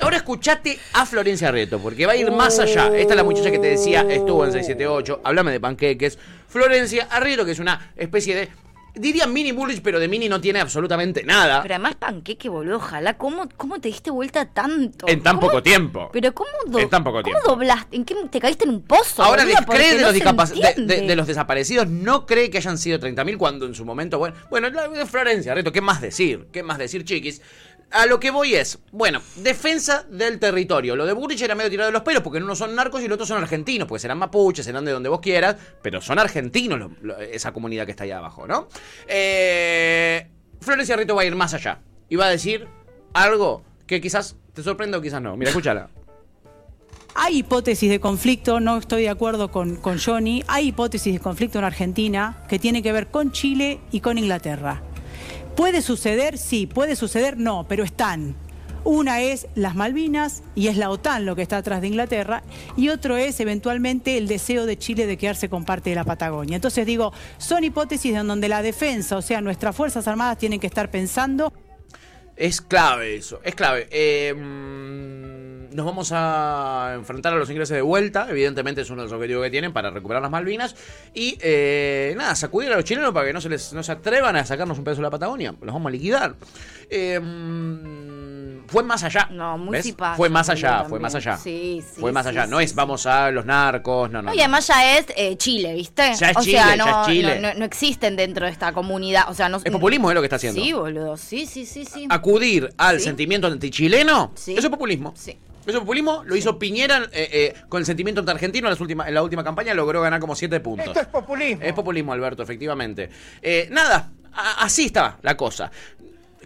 S4: Ahora escuchate a Florencia Reto, porque va a ir más allá. Esta es la muchacha que te decía, estuvo en 678, háblame de panqueques. Florencia Arrieto, que es una especie de diría mini Bullrich, pero de mini no tiene absolutamente nada
S5: Pero además, panqueque, boludo, ojalá. ¿Cómo, cómo te diste vuelta tanto?
S4: en tan
S5: ¿Cómo-
S4: poco tiempo.
S5: Pero ¿cómo, do-
S4: En tan poco
S5: ¿cómo
S4: tiempo.
S5: doblaste? ¿En qué te caíste en un pozo?
S4: Ahora
S5: boluda? Porque
S4: descree de
S5: no
S4: los,
S5: se
S4: discapac- de, de-
S5: entiende.
S4: de los desaparecidos, no cree que hayan sido 30.000 cuando en su momento, bueno, bueno, la de Florencia, Reto, ¿qué más decir? ¿Qué más decir, chiquis? A lo que voy es, bueno, defensa del territorio. Lo de Burrich era medio tirado de los pelos porque unos son narcos y los otros son argentinos, porque serán mapuches, serán de donde vos quieras, pero son argentinos lo- lo- esa comunidad que está allá abajo, ¿no? Eh, Florencia Reto va a ir más allá y va a decir algo que quizás te sorprenda o quizás no. Mira, escúchala.
S18: Hay hipótesis de conflicto, no estoy de acuerdo con, con Johnny, hay hipótesis de conflicto en Argentina que tiene que ver con Chile y con Inglaterra. ¿Puede suceder? Sí, puede suceder, no, pero están. Una es las Malvinas y es la OTAN lo que está atrás de Inglaterra y otro es eventualmente el deseo de Chile de quedarse con parte de la Patagonia. Entonces digo, son hipótesis en donde la defensa, o sea, nuestras Fuerzas Armadas tienen que estar pensando
S4: Es clave eso, es clave. Eh, mm, nos vamos a enfrentar a los ingleses de vuelta, evidentemente es uno de los objetivos que tienen para recuperar las Malvinas. Y eh, nada, sacudir a los chilenos para que no se, les, no se atrevan a sacarnos un pedazo de la Patagonia, los vamos a liquidar. Eh, mm, fue más allá. No,
S5: muy cipayo,
S4: Fue más allá,
S5: boludo,
S4: fue más
S5: también.
S4: allá.
S5: Sí, sí,
S4: Fue más
S5: sí,
S4: allá, no
S5: sí,
S4: es vamos a los narcos, no, no.
S5: No,
S4: no.
S5: y además ya es eh, Chile, ¿viste?
S4: Ya es
S5: o
S4: Chile, ya
S5: sea,
S4: es
S5: no, no-
S4: Chile.
S5: No, no existen dentro de esta comunidad. O sea, no,
S4: Es populismo, es lo que está haciendo.
S5: Sí, boludo. Sí, sí, sí, sí.
S4: acudir al
S5: Sí.
S4: sentimiento antichileno, eso es populismo. Eso es populismo, lo hizo Piñera eh, eh, con el sentimiento antiargentino en, las últimas- en la última campaña, logró ganar como 7 puntos.
S17: Esto es populismo.
S4: Es populismo, Alberto, efectivamente. Eh, nada, a- así está la cosa.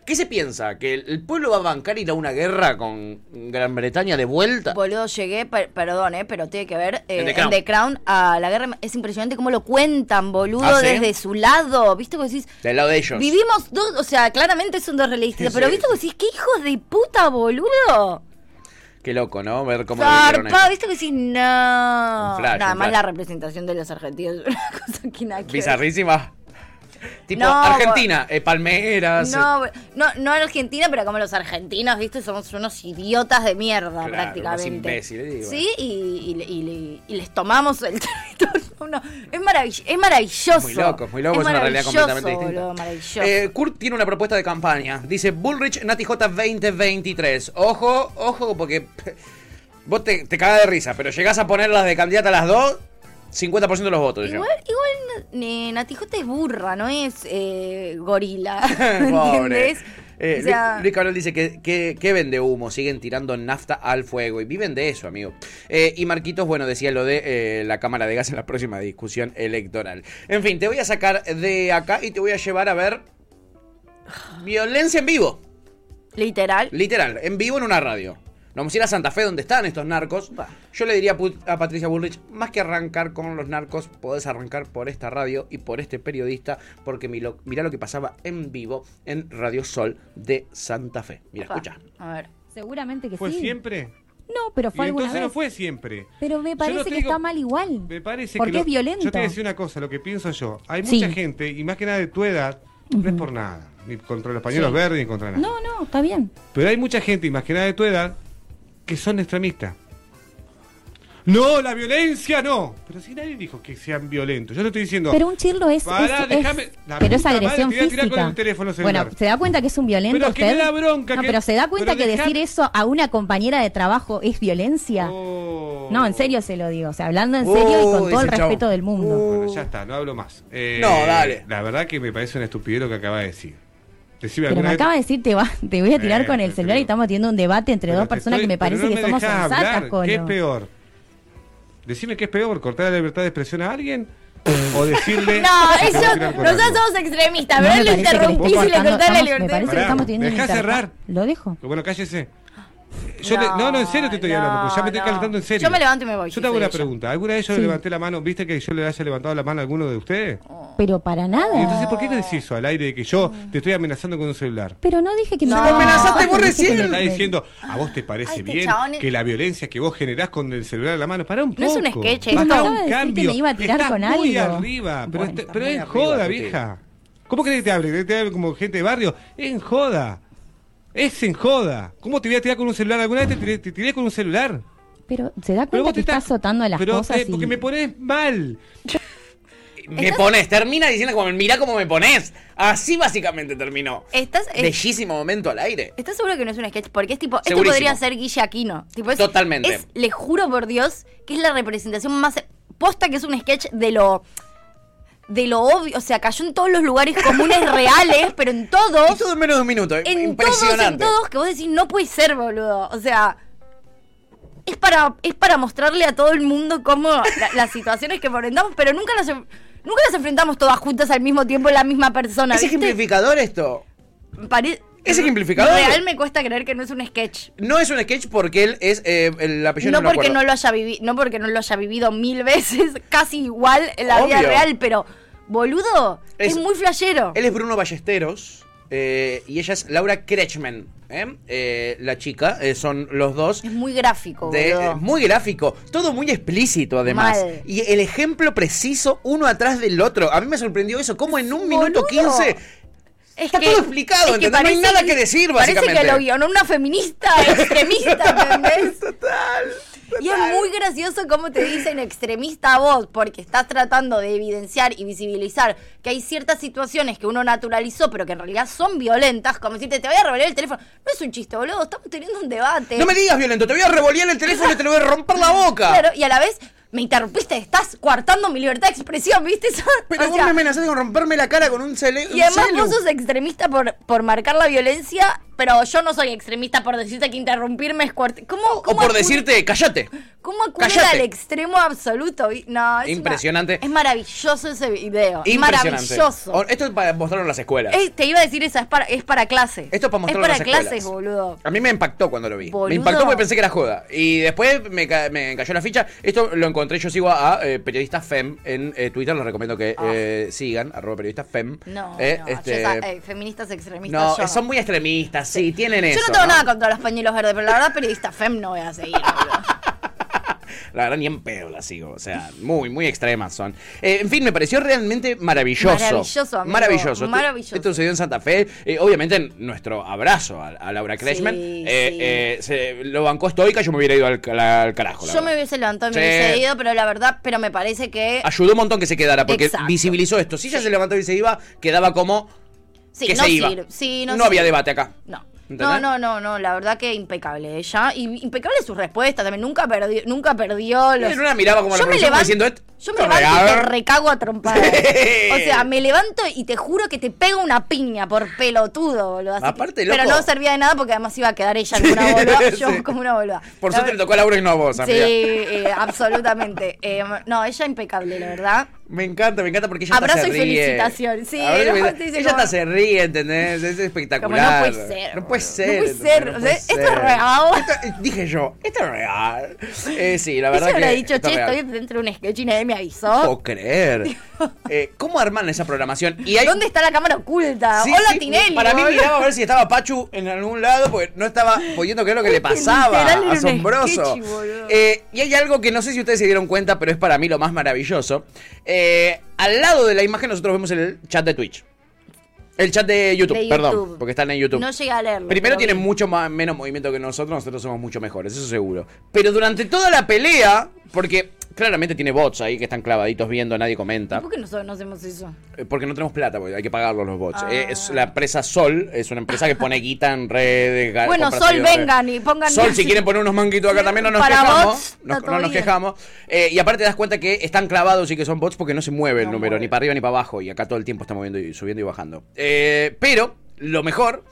S4: ¿Qué se piensa? ¿Que el- el pueblo va a bancar ir a una guerra con Gran Bretaña de vuelta?
S5: Boludo, llegué, per- perdón, eh, pero tiene que ver eh,
S4: En The
S5: en The Crown a la guerra. Es impresionante cómo lo cuentan, boludo,
S4: ¿Ah, sí?
S5: desde su lado. ¿Viste cómo decís?
S4: Del lado de ellos.
S5: Vivimos dos, o sea, claramente son dos realistas,
S4: Sí,
S5: pero
S4: sí.
S5: ¿viste cómo decís? ¿Qué hijos de puta, boludo?
S4: Qué loco, ¿no? Ver cómo lo vivieron
S5: Zarpado,
S4: ellos.
S5: ¿viste que decís? No.
S4: Un flash,
S5: Nada
S4: un
S5: más
S4: flash.
S5: la representación de los argentinos es una cosa que nada que ver.
S4: Bizarrísima. Tipo,
S5: No,
S4: Argentina, eh, palmeras. eh,
S5: No, no, no en Argentina, pero como los argentinos, ¿viste? Somos unos idiotas de mierda
S4: claro, unos
S5: prácticamente.
S4: imbéciles, digo.
S5: Sí, y, y- y- y les tomamos el territorio. No, es, maravill- es maravilloso.
S4: Muy loco, muy loco, es una realidad
S5: maravilloso,
S4: completamente distinta.
S5: boludo, maravilloso.
S4: Eh, Kurt tiene una propuesta de campaña. Dice Bullrich Nati J 2023. Ojo, ojo, porque p- vos te, te cagas de risa, pero llegás a ponerlas de candidata a las dos, 50% de los votos. yo.
S5: igual, igual ni- Natijote es burra, no es eh, gorila.
S4: Pobre.
S5: ¿Entendés?
S4: Eh,
S5: O sea-
S4: Luis, Luis Cabral dice que, que, que vende humo, siguen tirando nafta al fuego y viven de eso, amigo. Eh, y Marquitos, bueno, decía lo de eh, la Cámara de Gas en la próxima discusión electoral. En fin, te voy a sacar de acá y te voy a llevar a ver violencia en vivo.
S5: Literal.
S4: Literal, en vivo en una radio. Nos vamos a ir a Santa Fe, donde están estos narcos. Yo le diría a Put- a Patricia Bullrich, más que arrancar con los narcos, podés arrancar por esta radio y por este periodista, porque mi lo- mirá lo que pasaba en vivo en Radio Sol de Santa Fe. Mira,
S12: Opa.
S4: escucha.
S12: Seguramente que
S19: ¿Fue
S12: sí.
S19: siempre?
S12: No, pero
S19: Y
S12: fue alguna
S19: entonces no
S12: vez.
S19: fue siempre.
S12: Pero me
S19: Yo
S12: parece
S19: no te
S12: que
S19: digo-
S12: está mal igual.
S19: Me parece
S12: Porque
S19: que lo-
S12: es violento.
S19: Yo te decía una cosa, lo que pienso yo. Hay
S12: Sí.
S19: mucha gente, y más que nada de tu edad, no es por nada, ni contra los pañuelos
S12: Sí.
S19: verdes, ni contra nada.
S12: No, no, está bien.
S19: Pero hay mucha gente, y más que nada de tu edad, que son extremistas. No, la violencia no. Pero si nadie dijo que sean violentos. Yo no estoy diciendo.
S12: Pero un chirlo es.
S19: Pará,
S12: es- es-
S19: déjame- la
S12: pero es
S19: puta madre,
S12: agresión
S19: te voy a tirar con
S12: física.
S19: el teléfono
S12: bueno,
S19: celular.
S12: ¿se da cuenta que es un violento
S19: Pero que me
S12: usted?
S19: da bronca
S12: No,
S19: que-
S12: pero ¿se da cuenta
S19: pero
S12: que
S19: dejá-
S12: decir eso a una compañera de trabajo es violencia? No, en serio se lo digo. O sea, hablando en serio y
S19: Oh,
S12: con todo el
S19: ese chabón.
S12: respeto del mundo.
S19: Bueno, ya está, no hablo más. Eh,
S4: No, dale.
S19: La verdad que me parece una estupidez lo que acaba de decir. Decime
S12: Pero me
S19: alguna vez-
S12: acaba de decir, te, va, te voy a tirar
S19: Eh,
S12: con el celular y estamos teniendo un debate entre dos personas que me
S19: Pero
S12: parece
S19: no
S12: que
S19: me
S12: somos
S19: dejás
S12: sensatas,
S19: hablar. ¿Qué es
S12: Colo.
S19: peor? Decime qué es peor, cortar la libertad de expresión a alguien o decirle.
S5: No,
S19: que te voy a
S5: eso,
S19: tirar con
S5: nosotros
S19: algo.
S5: somos extremistas,
S12: No,
S5: pero
S12: me
S5: él lo
S12: parece que
S5: interrumpís y le
S12: estamos-
S5: cortás la
S12: estamos- me
S5: libertad.
S12: parece que
S19: Pará,
S12: estamos teniendo un
S19: dejá
S12: interfa-
S19: cerrar.
S12: Lo dejo.
S19: Bueno, cállese. Yo te- no, no, en serio te estoy hablando, porque ya me estoy calentando en serio.
S5: Yo me levanto y me voy,
S19: Yo
S5: si
S19: te hago
S5: soy
S19: una
S5: ella.
S19: pregunta. ¿Alguna vez yo
S12: Sí.
S19: levanté la mano? ¿Viste que yo le haya levantado la mano a alguno de ustedes?
S12: Pero para nada.
S19: Y entonces, ¿por qué no decís eso al aire de que yo te estoy amenazando con un celular?
S12: Pero no dije Ah, que
S19: No,
S12: me
S19: Te está diciendo, ¿a vos te parece
S12: este
S19: bien
S12: chabón es-
S19: que la violencia que vos generás con el celular en la mano? Pará un poco.
S12: No es un sketch,
S19: Basta
S12: esto. Acaba de
S19: un
S12: decir que
S19: cambio.
S12: me iba a tirar
S19: Estás
S12: con
S19: muy
S12: algo.
S19: arriba, pero,
S12: Bueno,
S19: este-
S12: estás
S19: pero
S12: muy
S19: es en
S12: arriba,
S19: joda,
S12: Tuti.
S19: vieja. ¿Cómo crees que te hable? ¿Que te hable como gente de barrio? Es en joda. Es en joda. ¿Cómo te voy a tirar con un celular? ¿Alguna vez te tiré, te tiré con un celular?
S12: Pero se da cuenta
S19: Pero vos
S12: que
S19: te
S12: está azotando a las
S19: Pero
S12: cosas
S19: eh, porque
S12: y-
S19: me pones mal.
S4: me pones, termina diciendo como, mira cómo me pones. Así básicamente terminó.
S5: Estás, es-
S4: Bellísimo momento al aire.
S5: ¿Estás seguro que no es un sketch? Porque es tipo, esto
S4: Segurísimo.
S5: podría ser Guille Aquino. Tipo, es-
S4: Totalmente.
S5: es- le juro por Dios que es la representación más posta que es un sketch de lo de lo obvio, o sea, cayó en todos los lugares comunes reales, pero en todos.
S4: Y todo en menos de un minuto,
S5: En todos, en
S4: impresionante.
S5: todos que vos decís, no puede ser, boludo. O sea, es para es para mostrarle a todo el mundo cómo la- las situaciones que enfrentamos, pero nunca las en- nunca las enfrentamos todas juntas al mismo tiempo la misma persona.
S4: ¿Es
S5: ¿viste?
S4: ejemplificador esto?
S5: Pare-
S4: ¿Es ejemplificador?
S5: Real me cuesta creer que no es un sketch.
S4: No es un sketch porque él es eh, el apellido
S5: no
S4: no me
S5: porque
S4: acuerdo.
S5: no lo haya vivido, no porque no lo haya vivido mil veces, casi igual en la vida
S4: Obvio.
S5: real, pero boludo, es,
S4: Es-
S5: muy flashero.
S4: Él es Bruno Ballesteros eh, y ella es Laura Kretschmann, ¿eh? Eh, la chica. eh, son los dos.
S5: Es muy gráfico,
S4: de-
S5: boludo.
S4: eh, muy gráfico, todo muy explícito además.
S5: Mal.
S4: Y el ejemplo preciso uno atrás del otro. A mí me sorprendió eso, como en un minuto
S5: Boludo.
S4: 15 está todo explicado,
S5: es
S4: ¿entendés? No hay nada que decir, básicamente.
S5: Parece que lo guionó una feminista extremista, ¿entendés? Total, Y es muy gracioso cómo te dicen extremista a vos, porque estás tratando de evidenciar y visibilizar que hay ciertas situaciones que uno naturalizó, pero que en realidad son violentas, como si te, te voy a revelar el teléfono. No es un chiste, boludo, estamos teniendo un debate.
S4: No me digas violento, te voy a revolear el teléfono y te lo voy a romper la boca.
S5: Claro, y a la vez me interrumpiste, estás coartando mi libertad de expresión, ¿viste? Eso-
S4: Pero
S5: o
S4: vos
S5: sea,
S4: me amenazaste con romperme la cara con un cele.
S5: y además vos sos extremista por, por marcar la violencia, pero yo no soy extremista por decirte que interrumpirme es cuarto. ¿Cómo,
S4: O
S5: cómo
S4: por
S5: acu-
S4: decirte, cállate.
S5: ¿Cómo acudir
S4: "Cállate".
S5: al extremo absoluto? vi- No, es una-
S4: Impresionante.
S5: es maravilloso ese video. Es
S4: Impresionante.
S5: maravilloso.
S4: O- Esto es para mostrarlo en las escuelas.
S5: Eh, te iba a decir, esa es para, es para clase.
S4: Esto es para
S5: Es
S4: mostrarlo en
S5: para
S4: las escuelas.
S5: clases, boludo.
S4: A mí me impactó cuando lo vi.
S5: Boludo.
S4: Me impactó porque pensé que era joda. Y después me, ca- me cayó la ficha. Esto lo encontré, yo sigo a, eh, periodistas FEM en eh, Twitter, les recomiendo que eh, sigan, arroba periodistas FEM.
S5: Ah. No,
S4: Eh,
S5: no,
S4: este,
S5: yo esa- eh, feministas extremistas.
S4: no,
S5: yo no.
S4: son muy extremistas, sí, tienen
S5: Yo
S4: eso.
S5: no tengo nada contra los pañuelos verdes, pero la verdad, periodista fem no voy a seguir.
S4: Ah, La verdad, ni en pedo la sigo. O sea, muy, muy extremas son. Eh, en fin, me pareció realmente maravilloso.
S5: Maravilloso, amigo.
S4: Maravilloso. Esto-
S5: Maravilloso.
S4: Esto sucedió en Santa Fe. Eh, obviamente, nuestro abrazo a, a Laura Kreshman.
S5: Sí,
S4: Eh,
S5: sí.
S4: eh, se- lo bancó estoica, yo me hubiera ido al, cala- al carajo. la
S5: Yo
S4: verdad.
S5: me hubiese levantado y me
S4: Sí.
S5: hubiese ido, pero la verdad, pero me parece que.
S4: Ayudó un montón que se quedara, porque
S5: Exacto.
S4: visibilizó esto. Si ella se levantó y se iba, quedaba como
S5: Sí,
S4: que
S5: no
S4: se iba.
S5: sirve. Sí, no
S4: no había
S5: sirve.
S4: debate acá.
S5: No. No,
S4: ¿Entendés?
S5: no, no, no, la verdad que impecable ella. Y impecable sus respuestas también. Nunca perdió, nunca perdió los.
S4: En una miraba como la
S5: yo me
S4: producción como
S5: levanto,
S4: diciendo, "Et-
S5: Yo me levanto y te
S4: regar".
S5: recago a trompadas. O sea, me levanto y te juro que te pego una piña por pelotudo, boludo. Así que-
S4: Aparte, loco.
S5: Pero no servía de nada porque además iba a quedar ella como una boluda. Yo como una boluda.
S4: Por
S5: La
S4: suerte le
S5: ver-
S4: tocó a Laura y no a vos,
S5: Sí,
S4: amiga.
S5: eh, absolutamente. Eh, no, ella impecable, la verdad.
S4: Me encanta, me encanta porque ella
S5: Abrazo
S4: hasta se
S5: y
S4: ríe.
S5: felicitación, sí,
S4: Abrazo y
S5: ¿no?
S4: felicitación.
S5: Te dice
S4: ella
S5: como-
S4: hasta se ríe, ¿entendés? Es
S5: Como
S4: espectacular.
S5: no puede ser.
S4: No puede ser.
S5: puede
S4: ¿entendés?
S5: ser,
S4: No
S5: o
S4: puede
S5: sea, esto es
S4: ser.
S5: real.
S4: Esto- dije yo, esto es real. Eh, sí, la
S5: Ella
S4: verdad
S5: habrá
S4: que
S5: dicho,
S4: esto
S5: che,
S4: es real.
S5: estoy dentro de un sketch y nadie me avisó.
S4: No puedo creer. Eh, ¿Cómo arman esa programación? Y hay
S5: ¿Dónde está la cámara oculta?
S4: Sí,
S5: Ah, Hola
S4: sí,
S5: Tinelli.
S4: Para mí
S5: boludo.
S4: miraba a ver si estaba Pachu en algún lado, porque no estaba pudiendo creer lo que le pasaba.
S5: literal era un
S4: Asombroso.
S5: sketchy, boludo.
S4: Eh, y hay algo que no sé si ustedes se dieron cuenta, pero es para mí lo más maravilloso. Eh, al lado de la imagen nosotros vemos el chat de Twitch. El chat de YouTube,
S5: De YouTube.
S4: perdón, porque están en YouTube.
S5: No llegué a leerlo.
S4: Primero
S5: pero
S4: tienen
S5: vi.
S4: mucho más, menos movimiento que nosotros, nosotros somos mucho mejores, eso seguro. Pero durante toda la pelea, porque claramente tiene bots ahí que están clavaditos viendo, nadie comenta.
S5: ¿Por qué nosotros no hacemos eso?
S4: Eh, Porque no tenemos plata, porque hay que pagarlo los bots.
S5: Ah.
S4: Eh, es la empresa Sol es una empresa que pone guita en redes. ga-
S5: Bueno,
S4: compra
S5: Sol,
S4: seguidores.
S5: vengan y pongan.
S4: Sol, si quieren poner unos manguitos acá también, no nos
S5: Para
S4: quejamos.
S5: bots,
S4: no,
S5: está todo
S4: no nos
S5: bien.
S4: quejamos. Eh, y aparte te das cuenta que están clavados y que son bots porque no se mueve el número, ni para arriba ni para abajo. Y acá todo el tiempo está moviendo y subiendo y bajando. Eh, pero lo mejor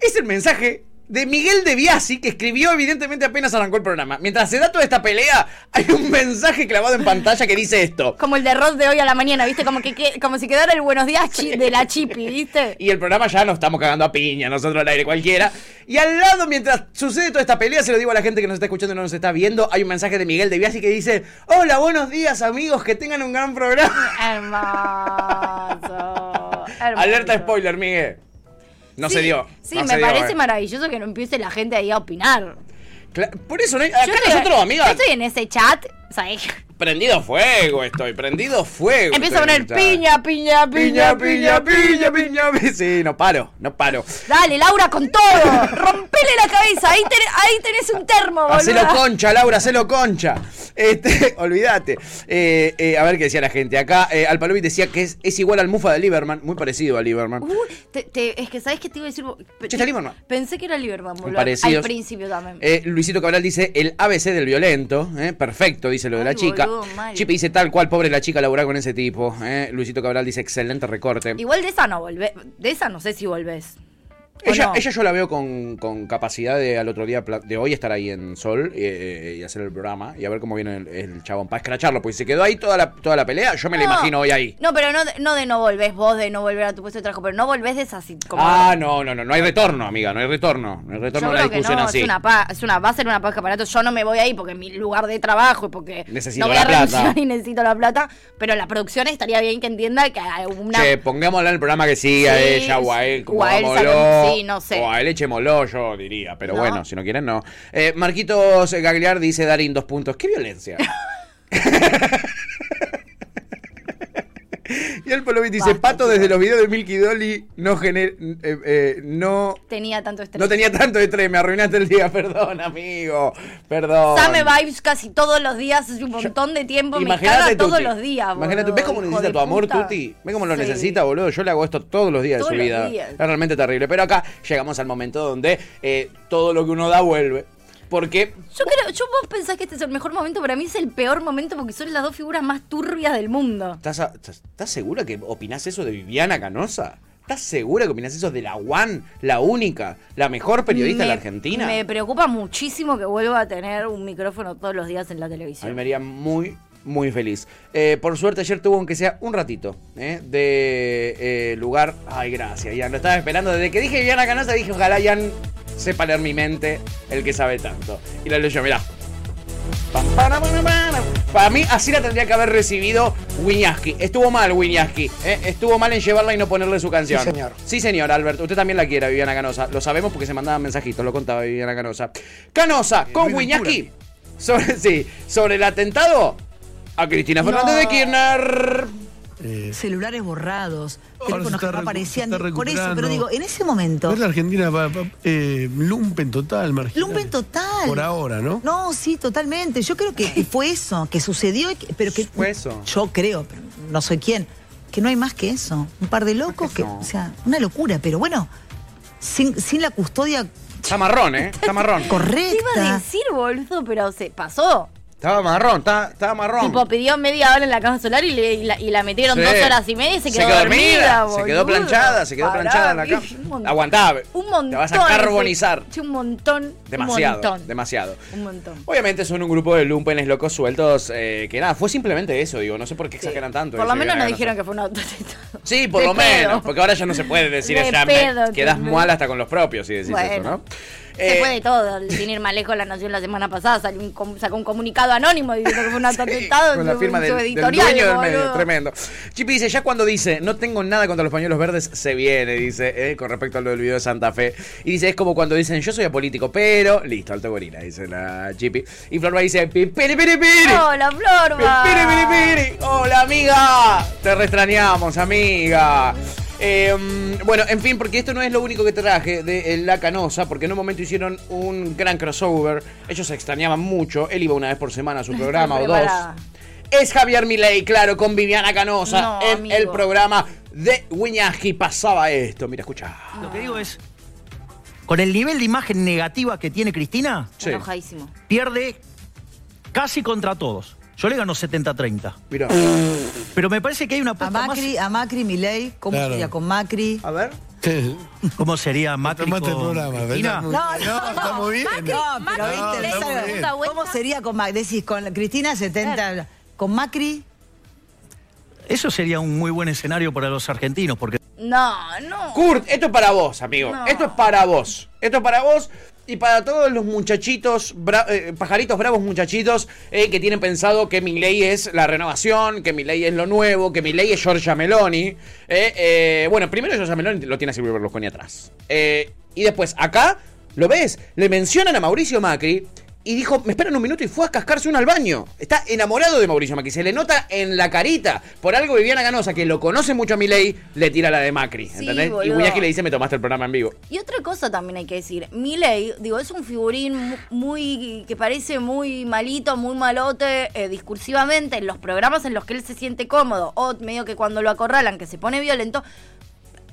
S4: es el mensaje de Miguel de Biasi, que escribió evidentemente apenas arrancó el programa. Mientras se da toda esta pelea, hay un mensaje clavado en pantalla que dice esto.
S5: Como el de Ross de hoy a la mañana, ¿viste? Como que, que- como si quedara el buenos días chi- de la chipi, ¿viste?
S4: Y el programa ya nos estamos cagando a piña, nosotros al aire cualquiera. Y al lado, mientras sucede toda esta pelea, se lo digo a la gente que nos está escuchando y no nos está viendo, hay un mensaje de Miguel de Biasi que dice, hola, buenos días amigos, que tengan un gran programa.
S5: Hermoso. hermoso.
S4: Alerta spoiler, Miguel. No se
S5: Sí,
S4: dio.
S5: Sí,
S4: no
S5: me
S4: se dio,
S5: parece
S4: eh.
S5: maravilloso que no empiece la gente ahí a opinar.
S4: Cla- Por eso, no hay- acá
S5: Yo estoy-
S4: nosotros,
S5: Yo
S4: amiga,
S5: estoy en ese chat, ¿sabes?
S4: Prendido fuego estoy, prendido fuego.
S5: Empieza a
S4: estoy,
S5: poner
S4: muchacho.
S5: piña, piña, piña,
S4: piña, piña, piña, piña, piña. Sí, no paro, no paro.
S5: Dale, Laura, con todo. Rompele la cabeza. Ahí tenés, ahí tenés un termo, boludo.
S4: Hacelo concha, Laura, hacelo concha. Este, olvídate. Eh, eh, a ver qué decía la gente. Acá eh, Al Palomi decía que es, es igual al Mufa de Lieberman, muy parecido a Lieberman.
S5: Te- te- es que, ¿sabes qué te iba a decir?
S4: Che, está Lieberman.
S5: Pensé que era Lieberman, boludo.
S4: Parecidos.
S5: Al principio también.
S4: Eh, Luisito Cabral dice el ABC del violento. eh, perfecto, dice lo de la chica.
S5: boludo, mal.
S4: Chipe dice tal cual, pobre la chica laburar con ese tipo. eh. Luisito Cabral dice excelente recorte.
S5: Igual de esa no volvés. De esa no sé si volvés. ¿O
S4: Ella,
S5: no?
S4: ella yo la veo con, con capacidad de al otro día pla- de hoy estar ahí en Sol eh, eh, y hacer el programa y a ver cómo viene el, el chabón para escracharlo, porque se quedó ahí toda la, toda la pelea. Yo me la
S5: No.
S4: imagino hoy ahí.
S5: No, pero no, de- no de no volvés vos, de no volver a tu puesto de trabajo, pero no volvés de esa así como.
S4: Ah, no, no, no, no hay retorno, amiga, no hay retorno. No hay
S5: Yo
S4: retorno a una
S5: creo que
S4: discusión
S5: no,
S4: así.
S5: es una, pa- es una, va a ser una paja para Yo no me voy ahí porque es mi lugar de trabajo y porque
S4: Necesito
S5: no voy
S4: la
S5: a
S4: plata.
S5: renunciar y necesito la plata. Pero la producción estaría bien que entienda que alguna.
S4: Che, pongámosla en el programa que siga
S5: Sí,
S4: ella o a él,
S5: o a él,
S4: pongámoslo,
S5: sí, no sé.
S4: O a él echémoslo, yo diría. Pero
S5: No.
S4: bueno, si no quieren, no. Eh, Marquitos Gagliar dice Darín, dos puntos. ¡Qué violencia! y el Polovi dice, Pato desde los videos de Milky Dolly no gener- eh, eh, no,
S5: Tenía tanto estrés.
S4: no tenía tanto estrés, me arruinaste el día, perdón, amigo, perdón.
S5: Same vibes casi todos los días, hace un montón de tiempo, me caga todos
S4: Tuti.
S5: los días.
S4: Imagínate,
S5: boludo,
S4: ¿ves cómo
S5: hijo
S4: necesita
S5: de
S4: tu amor,
S5: puta?
S4: Tuti? ¿Ves cómo lo
S5: Sí.
S4: necesita, boludo? Yo le hago esto todos los días
S5: Todos
S4: de su
S5: los
S4: vida.
S5: días.
S4: Es realmente terrible. Pero acá llegamos al momento donde eh, todo lo que uno da vuelve. Porque
S5: Yo creo, yo vos pensás que este es el mejor momento, para mí es el peor momento porque son las dos figuras más turbias del mundo.
S4: ¿Estás, a- estás- estás segura que opinás eso de Viviana Canosa? ¿Estás segura que opinás eso de la One, la única, la mejor periodista de la
S5: Me-
S4: Argentina?
S5: Me preocupa muchísimo que vuelva a tener un micrófono todos los días en la
S4: A mí
S5: televisión.
S4: me haría muy, muy feliz. Eh, por suerte ayer tuvo aunque sea un ratito eh, de eh, lugar. Ay, gracias, Ian. Lo estaba esperando. Desde que dije Ian Canosa dije, ojalá Ian sepa leer mi mente, el que sabe tanto. Y la leyó, mirá. Pam, para, para, para. Para mí, así la tendría que haber recibido Wiñaski. Estuvo mal, Wiñaski. eh. Estuvo mal en llevarla y no ponerle su canción.
S20: Sí, señor.
S4: Sí, señor, Albert. Usted también la quiere, Viviana Canosa. Lo sabemos porque se mandaban mensajitos, lo contaba Viviana Canosa. Canosa,
S20: Eh,
S4: con Wiñaski. Sobre, sí, sobre el atentado a Cristina Fernández de Kirchner.
S21: celulares
S22: Eh.
S21: borrados,
S22: se
S21: teléfonos
S22: está
S21: que no
S22: recu-
S21: aparecían.
S22: se está
S21: Por eso, pero
S22: recuperando.
S21: digo, en ese momento,
S22: Es la Argentina va- va- eh, lumpen total, marginal.
S21: lumpen total.
S22: Por ahora, ¿no?
S21: No, sí, totalmente. Yo creo que fue eso, que sucedió, y que- pero que...
S22: Fue eso.
S21: Yo creo, pero no soy quién, que no hay más que eso. Un par de locos que... O sea, una locura, pero bueno, sin, sin la custodia...
S4: Está marrón, ¿eh? Está marrón.
S5: Te iba a decir, boludo, pero se pasó.
S4: Estaba marrón, está- estaba marrón.
S5: Tipo, pidió media hora en la cama solar y, le- y la, y la metieron
S4: Sí.
S5: dos horas y media y se quedó, dormida,
S4: Se quedó
S5: boludo.
S4: planchada, se quedó
S5: Pará,
S4: planchada en la
S5: bicho,
S4: cama.
S5: un montón.
S4: Aguantá.
S5: Un montón.
S4: Te vas a carbonizar.
S5: Sí, un montón.
S4: Demasiado,
S5: Un montón.
S4: demasiado.
S5: Un montón.
S4: Obviamente son un grupo de lumpenes locos sueltos eh, que nada, fue simplemente eso, digo, no sé por qué exageran tanto.
S5: Por lo
S4: Dice
S5: menos
S4: Viviana
S5: nos
S4: Canosa.
S5: dijeron que fue un autoatentado.
S4: Sí, por
S5: De
S4: lo
S5: pedo.
S4: menos, porque ahora ya no se puede decir
S5: De
S4: allá,
S5: pedo,
S4: me- quedás
S5: ¿entendés?
S4: mal hasta con los propios y decís eso,
S5: Bueno.
S4: ¿no?
S5: Se
S4: Eh,
S5: puede todo. Sin ir más lejos, la nación la semana pasada salió un com- sacó un comunicado anónimo diciendo que fue un atentado.
S4: Con la
S5: en su-
S4: firma
S5: en
S4: del,
S5: su
S4: del
S5: editorial,
S4: dueño del medio,
S5: boludo.
S4: tremendo. Chipi dice, ya cuando dice, no tengo nada contra los pañuelos verdes, se viene, dice, eh, con respecto a lo del video de Santa Fe. Y dice, es como cuando dicen, yo soy apolítico, pero... Listo, alto gorila, dice la Chipi. Y Florba dice, pere, pere, pere.
S5: Hola, Florba.
S4: Pere, pere, pere. Hola, amiga. Te re extrañamos, amiga. Eh, bueno, en fin, porque esto no es lo único que traje de eh, La Canosa, porque en un momento hicieron un gran crossover. Ellos se extrañaban mucho. Él iba una vez por semana a su programa o dos.
S5: Preparada.
S4: Es Javier Milei, claro, con Viviana Canosa
S5: No,
S4: en
S5: amigo.
S4: el programa de Wiñaski. Pasaba esto, mira, escucha.
S23: Lo que digo es, con el nivel de imagen negativa que tiene Cristina,
S4: Sí.
S5: Enojadísimo.
S23: pierde casi contra todos. Yo le gano 70-30.
S4: Mirá.
S23: Pero me parece que hay una
S21: A
S23: apuesta más...
S21: Macri, a Macri, Milei, ¿cómo
S23: Claro.
S21: sería con Macri?
S4: A ver.
S23: ¿Cómo sería Macri con
S22: tomaste el programa,
S21: No,
S23: Cristina?
S21: no, no, Macri, no, pero viste, esa- ¿cómo sería con Macri? Decís, con Cristina 70, con Macri...
S23: Eso sería un muy buen escenario para los argentinos, porque...
S5: No, no.
S4: Kurt, esto es para vos, amigo.
S5: No.
S4: Esto es para vos. Esto es para vos y para todos los muchachitos, bra- eh, pajaritos bravos muchachitos eh, que tienen pensado que mi ley es la renovación, que mi ley es lo nuevo, que mi ley es Giorgia Meloni. Eh, eh, bueno, primero Giorgia Meloni lo tiene a Silvio Berlusconi atrás. Eh, y después acá, ¿lo ves? Le mencionan a Mauricio Macri. y dijo, me esperan un minuto y fue a cascarse uno al baño. Está enamorado de Mauricio Macri, se le nota en la carita. Por algo Viviana Ganosa, que lo conoce mucho a Milei, le tira la de Macri, ¿entendés? y
S5: boludo.
S4: Buñaki le dice, me tomaste el programa en vivo.
S5: Y otra cosa también hay que decir, Milei, digo, es un figurín mu- muy que parece muy malito, muy malote eh, discursivamente en los programas en los que él se siente cómodo o medio que cuando lo acorralan que se pone violento.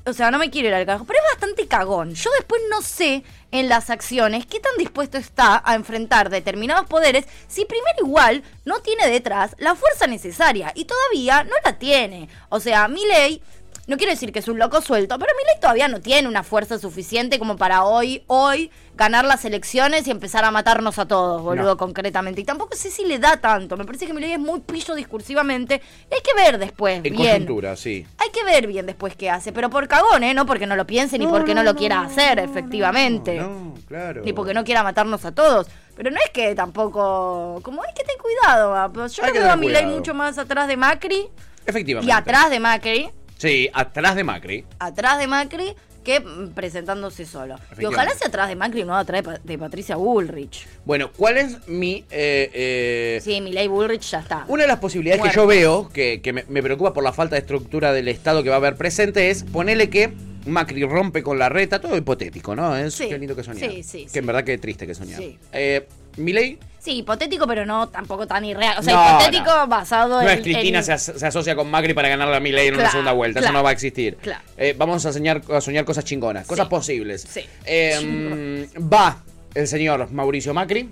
S5: O sea, no me quiero ir al carajo, pero es bastante cagón. Yo después no sé en las acciones qué tan dispuesto está a enfrentar determinados poderes si primero igual no tiene detrás la fuerza necesaria y todavía no la tiene. O sea, Milei no quiero decir que es un loco suelto, pero Milei todavía no tiene una fuerza suficiente como para hoy, hoy, ganar las elecciones y empezar a matarnos a todos, boludo,
S2: No.
S5: concretamente. Y tampoco sé si le da tanto. Me parece que Milei es muy pillo discursivamente. Y hay que ver después,
S4: En
S5: bien.
S4: coyuntura, sí.
S5: Hay que ver bien después qué hace, pero por cagón, ¿eh? No porque no lo piense ni porque no, lo quiera hacer, efectivamente.
S4: Claro.
S5: Ni porque no quiera matarnos a todos. Pero no es que tampoco. Como hay que tener cuidado. va. Pero Yo
S4: Hay
S5: no
S4: que
S5: veo a
S4: tener
S5: Milei
S4: cuidado.
S5: mucho más atrás de Macri
S4: Efectivamente.
S5: y atrás de Macri
S4: Sí, atrás de Macri.
S5: atrás de Macri que mm, presentándose solo. Y ojalá
S4: Efectivamente.
S5: sea atrás de Macri, no atrás de Pa- de Patricia Bullrich.
S4: Bueno, ¿cuál es mi... eh, eh,
S5: Sí, Milei Bullrich ya está.
S4: Una de las posibilidades que yo
S5: Muerto.
S4: veo, que, que me, me preocupa por la falta de estructura del Estado que va a haber presente, es ponerle que Macri rompe con la reta, todo hipotético, ¿no? Es,
S5: Sí,
S4: qué lindo que soñar.
S5: sí, sí,
S4: que
S5: sí.
S4: en verdad que triste que soñar.
S5: Sí.
S4: Eh, Milei
S5: Sí, hipotético, pero no tampoco tan irreal. O sea,
S4: No,
S5: hipotético basado
S4: no
S5: en.
S4: es Cristina
S5: en-
S4: se, as- se asocia con Macri para ganar la Milei en una
S5: Claro,
S4: segunda vuelta, eso
S5: claro,
S4: no va a existir.
S5: claro.
S4: Eh, vamos a soñar, a soñar cosas chingonas, cosas posibles.
S5: Sí.
S4: Eh, va el señor Mauricio Macri.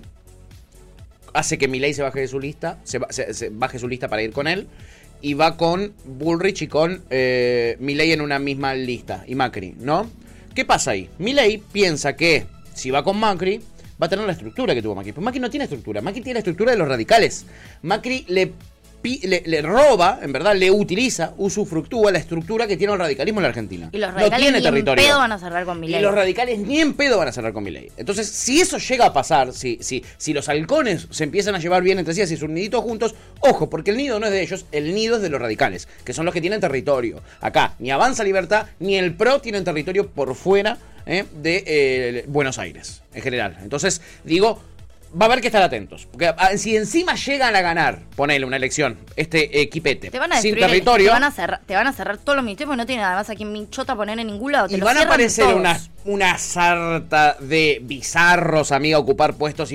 S4: Hace que Milei se baje de su lista. Se, ba- se- se baje su lista para ir con él. Y va con Bullrich y con eh, Milei en una misma lista. Y Macri, ¿no? ¿Qué pasa ahí? Milei piensa que si va con Macri. Va a tener la estructura que tuvo Macri. Pero Macri no tiene estructura. Macri tiene la estructura de los radicales. Macri le, pi- le, le roba, en verdad, le utiliza, usufructúa la estructura que tiene el radicalismo en la Argentina.
S5: Y los
S4: no
S5: radicales
S4: tiene
S5: ni en
S4: territorio.
S5: pedo van a cerrar con Milei.
S4: Y los radicales ni en pedo van a cerrar con Milei. Entonces, si eso llega a pasar, si, si, si los halcones se empiezan a llevar bien entre sí, si sus niditos juntos, ojo, porque el nido no es de ellos, el nido es de los radicales, que son los que tienen territorio. Acá, ni Avanza Libertad, ni el PRO tienen territorio por fuera ¿eh? de eh, Buenos Aires, en general. Entonces, digo, va a haber que estar atentos. Porque ah, si encima llegan a ganar, ponele una elección, este equipete,
S5: Te van a
S4: sin
S5: destruir. el-
S4: territorio,
S5: te, van a cerrar, te van a cerrar todos los ministerios porque no tienen además a quien minchota poner en ningún lado. Te
S4: Y
S5: lo
S4: van a
S5: cierran
S4: aparecer
S5: todos.
S4: una, una sarta de bizarros, amiga, a ocupar puestos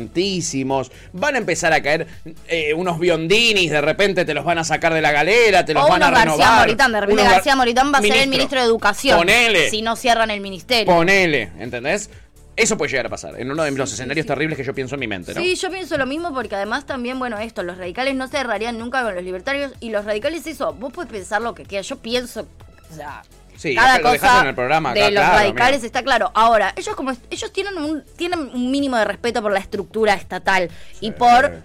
S4: importantísimos. Van a empezar a caer eh, unos biondinis, de repente te los van a sacar de la galera, te los
S5: o
S4: van a
S5: unos García
S4: renovar.
S5: Moritán, de repente
S4: Unos Gar-
S5: García Moritán va a ser el
S4: Ministro.
S5: ministro de Educación.
S4: Ponele.
S5: Si no cierran el ministerio.
S4: Ponele, ¿entendés? Eso puede llegar a pasar, en uno de los escenarios terribles que yo pienso en mi mente, ¿no?
S5: Sí, yo pienso lo mismo porque además también, bueno, esto, los radicales no se errarían nunca con los libertarios y los radicales eso, vos puedes pensar lo que quieras, yo pienso, o sea,
S4: Sí,
S5: cada
S4: acá lo dejaron
S5: cosa
S4: en el programa,
S5: de
S4: acá,
S5: los
S4: claro,
S5: radicales
S4: amiga.
S5: está claro. Ahora, ellos como es- ellos tienen un tienen un mínimo de respeto por la estructura estatal y por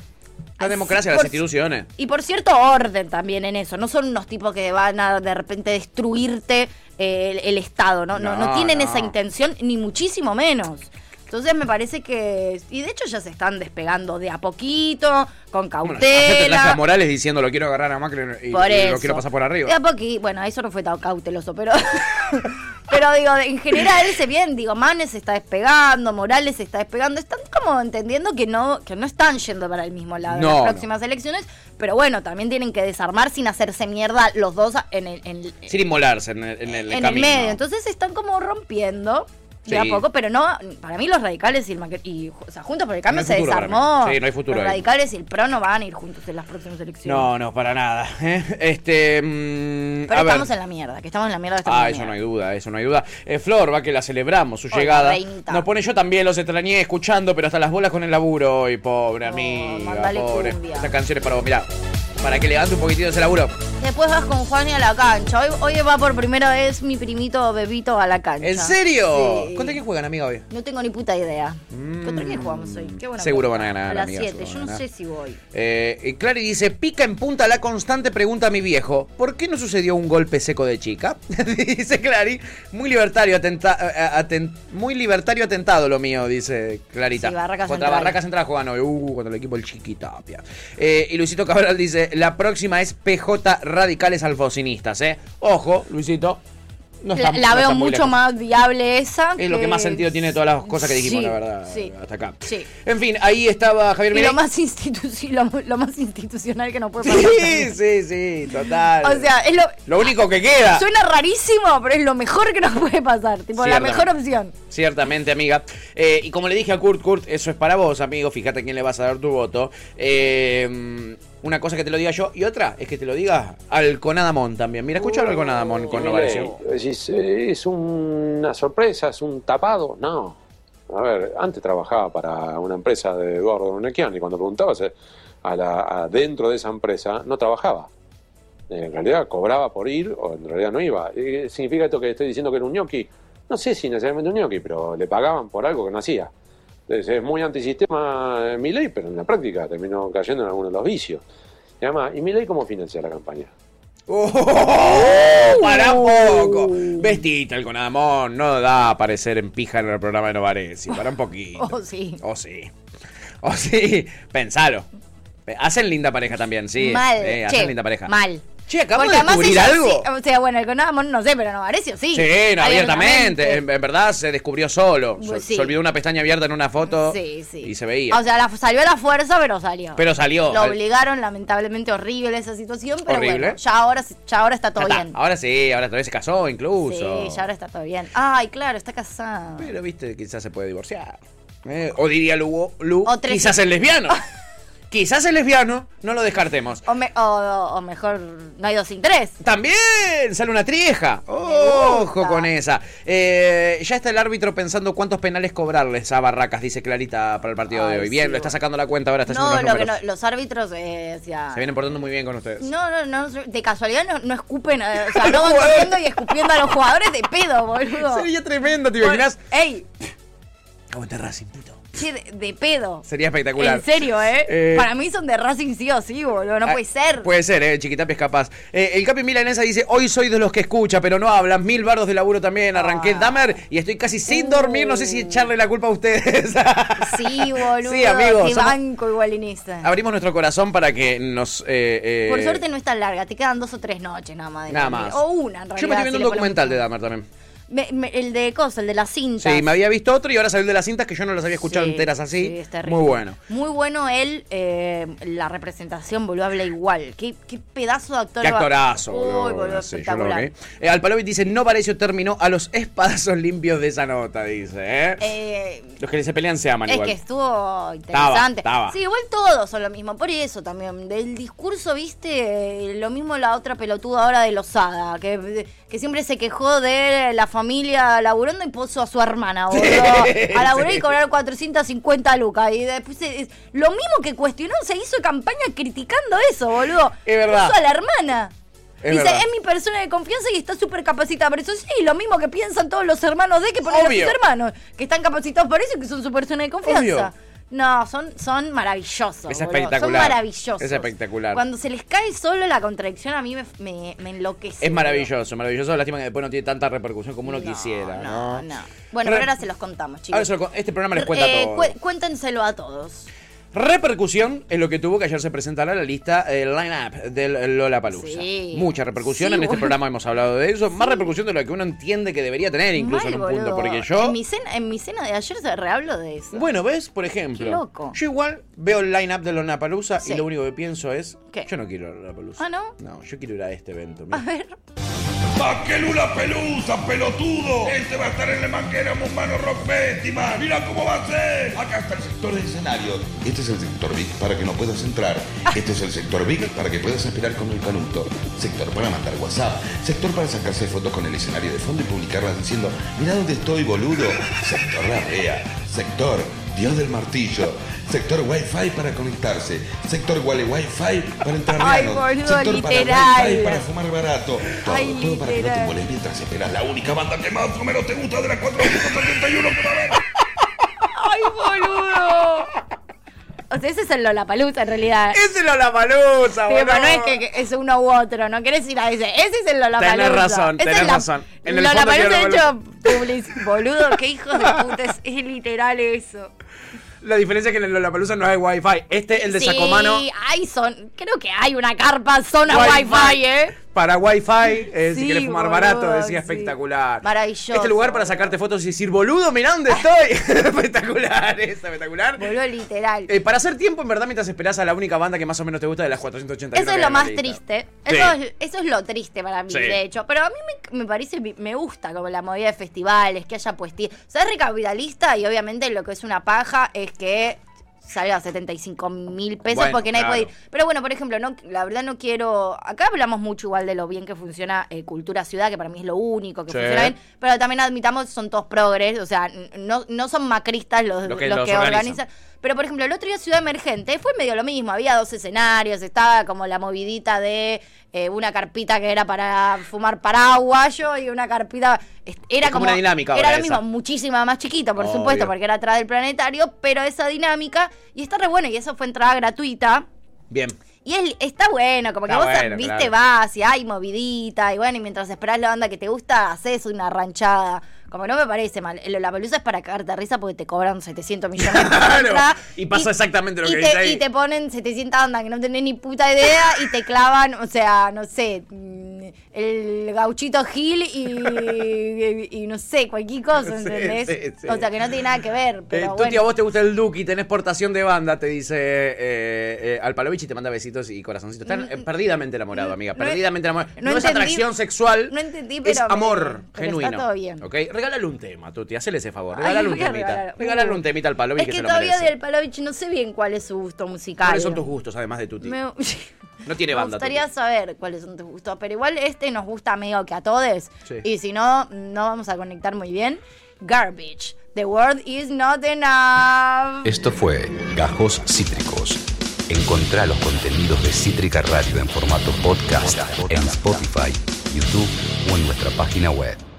S4: La democracia,
S5: Por-
S4: las instituciones.
S5: y por cierto orden también en eso, no son unos tipos que van a de repente destruirte eh, el, el Estado, ¿no? No, no,
S4: No,
S5: tienen
S4: no.
S5: esa intención, ni muchísimo menos. Entonces me parece que. Y de hecho ya se están despegando de a poquito, con
S4: Laja
S5: cautela.
S4: Morales diciendo, lo quiero agarrar a Macri y, y
S5: por eso.
S4: lo quiero pasar por arriba.
S5: De a poqui- Bueno, eso no fue tan cauteloso, pero. pero digo, en general se bien, digo, Manes se está despegando, Morales se está despegando. Están como entendiendo que no, que no están yendo para el mismo lado en
S3: No,
S5: las
S3: no.
S5: próximas elecciones. Pero bueno, también tienen que desarmar sin hacerse mierda los dos en el, en-
S4: Sin inmolarse en el, en el
S5: en el
S4: camino.
S5: medio. Entonces están como rompiendo de a
S4: Sí.
S5: poco, pero no. Para mí, los radicales y el Macri- y, o sea, Juntos por el Cambio
S4: No hay
S5: se
S4: futuro para
S5: desarmó.
S4: mí. Sí, no hay futuro
S5: Los
S4: ahí.
S5: radicales y el PRO no van a ir juntos en las próximas elecciones.
S4: No, no, para nada. ¿eh? Este, mm,
S5: pero
S4: a ver.
S5: estamos en la mierda, que estamos en la mierda. estamos en
S4: Ah,
S5: la
S4: eso no
S5: mierda.
S4: hay duda, eso no hay duda. Eh, Flor, va que la celebramos, su
S5: Hola,
S4: llegada.
S5: reinita.
S4: Nos pone yo también, los extrañé escuchando, pero hasta las bolas con el laburo hoy, pobre amiga,
S5: Oh, mandale
S4: pobre.
S5: cumbia.
S4: Estas canciones para vos, mirá, para que levante un poquitito ese laburo.
S5: Después vas con Juan y a la cancha. Hoy, hoy va por primera vez mi primito bebito a la cancha.
S4: ¿En serio?
S5: Sí.
S4: ¿Contra quién juegan, amiga, hoy?
S5: No tengo ni puta idea. ¿Contra quién jugamos hoy? Qué buena
S4: Seguro
S5: pregunta.
S4: van a ganar,
S5: A las
S4: amiga,
S5: 7.
S4: seguro
S5: Yo
S4: van a
S5: no sé
S4: ganar.
S5: si voy.
S4: Eh, y Clary dice, pica en punta la constante pregunta a mi viejo, ¿por qué no sucedió un golpe seco de chica? dice Clary, muy libertario, atenta- a- a- aten- muy libertario atentado lo mío, dice Clarita.
S5: Sí, Barracas
S4: contra
S5: Central.
S4: Barracas Central juegan hoy, uh, contra el equipo el Chiquitapia. Eh, y Luisito Cabral dice, la próxima es PJ Radicales Alfocinistas, ¿eh? Ojo, Luisito. No
S5: la,
S4: está-
S5: la
S4: no
S5: veo
S4: está muy
S5: mucho
S4: lejos.
S5: más viable esa.
S4: Es lo que más sentido tiene de todas las cosas que dijimos,
S5: Sí,
S4: la verdad,
S5: sí.
S4: hasta acá.
S5: Sí.
S4: En fin, ahí estaba Javier
S5: Y
S4: Milei.
S5: lo más, instituci- lo, lo más institucional que no puede pasar.
S4: Sí, sí, sí, total.
S5: O sea, es lo,
S4: lo único que queda.
S5: suena rarísimo, pero es lo mejor que nos puede pasar. Tipo, la
S4: Ciertamente.
S5: mejor opción.
S4: Ciertamente, amiga. Eh, y como le dije a Kurt, Kurt, eso es para vos, amigo. Fíjate a quién le vas a dar tu voto. Eh, una cosa es que te lo diga yo y otra es que te lo diga Alcon Adamón también. Mira, escucha Alcon Adamón con Novarecio.
S2: Decís, eh, es una sorpresa, es un tapado. No. A ver, antes trabajaba para una empresa de Eduardo Nequian y cuando preguntabas eh, a la, a dentro de esa empresa, no trabajaba. En realidad cobraba por ir o en realidad no iba. Eh, ¿Significa esto que estoy diciendo que era un ñoqui? No sé si necesariamente un ñoqui, pero le pagaban por algo que no hacía. Entonces es muy antisistema eh, mi ley, pero en la práctica terminó cayendo en alguno de los vicios. Y además, ¿y mi ley cómo financia la campaña?
S4: ¡Oh! ¡Para un poco! Vestite, Alcon Adamón. No da a aparecer en pija en el programa de Novarecio. Para un poquito.
S5: Oh, sí.
S4: Oh, sí. Oh, sí. Pensalo. Hacen linda pareja también, sí.
S5: Mal.
S4: Eh,
S5: che,
S4: hacen linda pareja.
S5: Mal.
S4: Che, acabo
S5: Porque
S4: de
S5: además
S4: descubrir
S5: ellos
S4: algo.
S5: sí- o sea, bueno, con Adamón no sé, pero no, Arecio sí.
S4: Sí, no, abiertamente. En, en verdad se descubrió solo. Se-
S5: Pues
S4: se,
S5: sí.
S4: olvidó una pestaña abierta en una foto
S5: Sí, sí.
S4: y se veía.
S5: O sea, la- salió a la fuerza, pero salió.
S4: Pero salió.
S5: Lo obligaron, lamentablemente, horrible esa situación, pero
S4: Horrible.
S5: bueno, ya ahora, se- ya ahora está todo
S4: Ya está.
S5: bien.
S4: Ahora sí, ahora todavía se casó incluso.
S5: Sí, ya ahora está todo bien. Ay, claro, está casada.
S4: Pero viste, quizás se puede divorciar. Eh, O diría Lu, Lu,
S5: tres-
S4: quizás el lesbiano. quizás el lesbiano, no lo descartemos.
S5: O, me- o- o- o mejor, no hay dos sin tres.
S4: También sale una trieja. Ojo con esa. Eh, ya está el árbitro pensando cuántos penales cobrarles a Barracas, dice Clarita para el partido de
S5: Ay,
S4: hoy.
S5: sí,
S4: Bien, lo
S5: bueno.
S4: está sacando la cuenta ahora, está haciendo
S5: No,
S4: los
S5: lo que
S4: números.
S5: no- los árbitros, eh, o sea,
S4: Se vienen portando muy bien con ustedes.
S5: No, no, no, de casualidad no, no escupen, eh, o sea, no van corriendo y escupiendo a los jugadores de pedo, boludo.
S4: Sería tremendo, ¿te imaginas?
S5: Ey,
S4: Aguante Racing, puto.
S5: che, de, de pedo.
S4: Sería espectacular.
S5: En serio, ¿eh?
S4: Eh,
S5: Para mí son de Racing sí o sí, boludo, no
S4: Ah,
S5: puede ser.
S4: Puede ser, eh, Chiquitapi es capaz. Eh, el Capi Milanesa dice, hoy soy de los que escucha, pero no hablan. Mil bardos de laburo también.
S5: Ah.
S4: Arranqué el Damer y estoy casi sin dormir. No sé
S5: Uh.
S4: si echarle la culpa a ustedes.
S5: Sí, boludo,
S4: Sí, amigo,
S5: qué
S4: somos-
S5: banco igual en esa.
S4: Abrimos nuestro corazón para que nos... eh, eh,
S5: Por suerte no es tan larga, te quedan dos o tres noches nada más. de
S4: Nada
S5: dormir.
S4: más.
S5: O una, en realidad.
S4: Yo me estoy
S5: si
S4: viendo un
S5: le ponemos-
S4: documental de Damer también.
S5: Me- me- el de Cosa, el de la cinta.
S4: Sí, me había visto otro y ahora salió el de las cintas que yo no las había escuchado
S5: Sí,
S4: enteras así.
S5: sí, es terrible.
S4: Muy bueno.
S5: Muy bueno él, eh, la representación, boludo, habla igual. Qué, qué pedazo de actor.
S4: Qué
S5: va-
S4: actorazo,
S5: Uy,
S4: boludo.
S5: boludo,
S4: Sí, yo lo
S5: espectacular.
S4: vi. Eh, Alpalovic dice, no Parecio terminó a los espadazos limpios de esa nota, dice. ¿eh?
S5: Eh,
S4: Los que se pelean se aman
S5: es
S4: igual.
S5: que estuvo interesante.
S4: estaba.
S5: Sí, igual todos son lo mismo. Por eso también, del discurso, viste, eh, lo mismo la otra pelotuda ahora de Lozada, que, que siempre se quejó de la familia laburando y puso a su hermana, boludo, a laburar y cobrar 450 lucas. Y después, eh, lo mismo que cuestionó, se hizo campaña criticando eso, boludo.
S4: Es verdad.
S5: Puso a la hermana.
S4: Es
S5: Dice,
S4: verdad.
S5: es mi persona de confianza y está súper capacitada por eso. Sí, lo mismo que piensan todos los hermanos de que ponen
S4: Obvio.
S5: a sus hermanos, que están capacitados por eso y que son su persona de confianza.
S4: Obvio.
S5: No, son, son maravillosos.
S4: Es
S5: boludo.
S4: espectacular.
S5: Son maravillosos.
S4: Es espectacular.
S5: Cuando se les cae solo la contradicción, a mí me, me- me enloquece.
S4: Es maravilloso, maravilloso. Lástima que después no tiene tanta repercusión como uno quisiera. No,
S5: no. Bueno, pero ahora se los contamos, chicos.
S4: Ahora se lo con- este programa les cuenta
S5: Eh,
S4: todo.
S5: cué- cuéntenselo a todos.
S4: Repercusión es lo que tuvo que ayer se presentara la lista, el line-up del Lola Palusa.
S5: Sí.
S4: Mucha repercusión,
S5: Sí,
S4: en este
S5: boludo.
S4: programa hemos hablado de eso. Más repercusión de lo que uno entiende que debería tener, incluso
S5: Mal,
S4: en un
S5: boludo.
S4: punto. Porque yo.
S5: En mi, cena, en mi cena de ayer se rehablo de eso.
S4: Bueno, ¿ves? Por
S5: Qué
S4: ejemplo,
S5: loco.
S4: yo igual veo el line-up de Lollapalooza
S5: Sí.
S4: y lo único que pienso es,
S5: ¿Qué?
S4: yo no quiero ir a Lollapalooza.
S5: Ah, ¿no? Ah,
S4: No, yo quiero ir a este evento.
S5: A
S4: mira.
S5: ver.
S3: Lula Pelusa, pelotudo! Este va a estar en la manguera Mumano Rock Festival. ¡Mira cómo va a ser! Acá está el sector de escenario.
S20: Este es el sector VIP para que no puedas entrar. Este es el sector VIP para que puedas esperar con el canuto. Sector para mandar WhatsApp. Sector para sacarse fotos con el escenario de fondo y publicarlas diciendo, mirá dónde estoy, boludo. Sector La Rea. Sector Dios del Martillo. Sector Wi-Fi para conectarse. Sector Wale Wi-Fi para entrar
S5: Ay,
S20: menos.
S5: boludo,
S20: Sector
S5: literal.
S20: para Wi-Fi para fumar barato. Todo,
S3: Ay,
S20: todo para que no te
S3: literal.
S20: mueres mientras esperas la única
S3: La banda que más o menos te gusta de las 481 que va a haber.
S5: ¡Ay, boludo! O sea, ese es el Lollapalooza en realidad.
S4: Ese es Lollapalooza,
S5: Sí, pero no
S4: boludo.
S5: es que, que es uno u otro, no querés ir a ese. Ese es el Lollapalooza.
S4: Tenés razón,
S5: Ese es
S4: tenés
S5: la-
S4: razón. En el fondo quiero
S5: Lollapalooza hecho
S4: Lollapalooza.
S5: public... Boludo, qué hijos de puta, es, es literal eso.
S4: La diferencia es que en el Lollapalooza no hay wifi. Este, el de
S5: sí,
S4: Sacomano,
S5: hay son... Creo que hay una carpa zona
S4: Wi-Fi.
S5: Wi-Fi, ¿eh?
S4: para wifi, eh, si
S5: Sí,
S4: querés fumar
S5: boludo,
S4: barato, decía
S5: sí.
S4: espectacular.
S5: Maravilloso.
S4: Este lugar para sacarte fotos y decir, boludo, mirá dónde estoy. espectacular, es espectacular.
S5: Boludo, literal.
S4: Eh, para hacer tiempo, en verdad, mientras esperás a la única banda que más o menos te gusta de las 481
S5: Eso
S4: que
S5: es
S4: hay
S5: lo
S4: en la
S5: más
S4: lista.
S5: triste.
S4: Sí.
S5: Eso, es, eso es lo triste para mí,
S4: Sí.
S5: de hecho. Pero a mí me, me parece, me gusta como la movida de festivales, que haya puestitos. O sea, es recapitalista y obviamente lo que es una paja es que salga 75 mil pesos
S6: Bueno,
S5: porque nadie
S6: claro.
S5: puede ir. Pero bueno, por ejemplo, no, la verdad no quiero... Acá hablamos mucho igual de lo bien que funciona eh, Cultura Ciudad, que para mí es lo único que
S4: Sí.
S5: funciona bien. Pero también admitamos, son todos progres, o sea, n- no, no son macristas los,
S4: Los
S5: los
S4: que
S5: que,
S4: los
S5: organizan.
S4: organizan.
S5: Pero, por ejemplo, el otro día Ciudad Emergente fue medio lo mismo. Había dos escenarios, estaba como la movidita de eh, una carpita que era para fumar paraguayo y una carpita... es- Era
S4: Es como una dinámica
S5: Era
S4: ahora
S5: lo
S4: esa.
S5: mismo, muchísima más chiquita, por
S4: Obvio.
S5: supuesto, porque era atrás del planetario, pero esa dinámica... Y está re bueno, y eso fue entrada gratuita.
S4: Bien.
S5: Y es- está bueno, como que
S4: Está
S5: vos
S4: bueno,
S5: viste,
S4: claro.
S5: vas y hay movidita, y bueno, y mientras esperás la banda que te gusta, haces una ranchada. Como no me parece mal. La pelusa es para cagarte de risa porque te cobran 700 millones de pesos.
S4: Claro.
S5: entrada,
S4: Y pasa exactamente
S5: y
S4: lo que
S5: te,
S4: dice ahí.
S5: y te ponen 700 ondas que no tenés ni puta idea y te clavan, o sea, no sé, mm, el gauchito Gil y, y, y no sé, cualquier cosa,
S4: Sí,
S5: ¿entendés?
S4: sí, sí.
S5: O sea, que no tiene nada que ver,
S4: Eh,
S5: pero
S4: Tuti,
S5: bueno.
S4: a vos te gusta el Duki, tenés portación de banda, te dice eh, eh, al Palovich y te manda besitos y corazoncitos. Están eh, perdidamente enamorado, amiga.
S5: Mm, no-
S4: Perdidamente enamorado. No,
S5: no
S4: es
S5: entendí-
S4: atracción sexual.
S5: no entendí, pero
S4: Es
S5: me-
S4: amor
S5: pero
S4: genuino.
S5: está todo bien.
S4: ¿ok? Regálale un tema, Tuti. Hacele ese favor.
S5: Ay,
S4: Regálale un
S5: voy a
S4: temita.
S5: regalar.
S4: Regálale un temita al Palovich
S5: Es
S4: que,
S5: que
S4: se lo
S5: todavía
S4: merece.
S5: del Palovich no sé bien cuál es su gusto musical.
S4: ¿Cuáles son tus gustos, además de Tuti?
S5: Me-
S4: No tiene
S5: Me
S4: banda. Tuti.
S5: gustaría saber cuáles son tus gustos, pero igual este nos gusta medio que a todos.
S4: Sí.
S5: Y si no, no vamos a conectar muy bien. Garbage. The world is not enough.
S1: Esto fue Gajos Cítricos. Encontrá los contenidos de Cítrica Radio en formato podcast en Spotify, YouTube o en nuestra página web.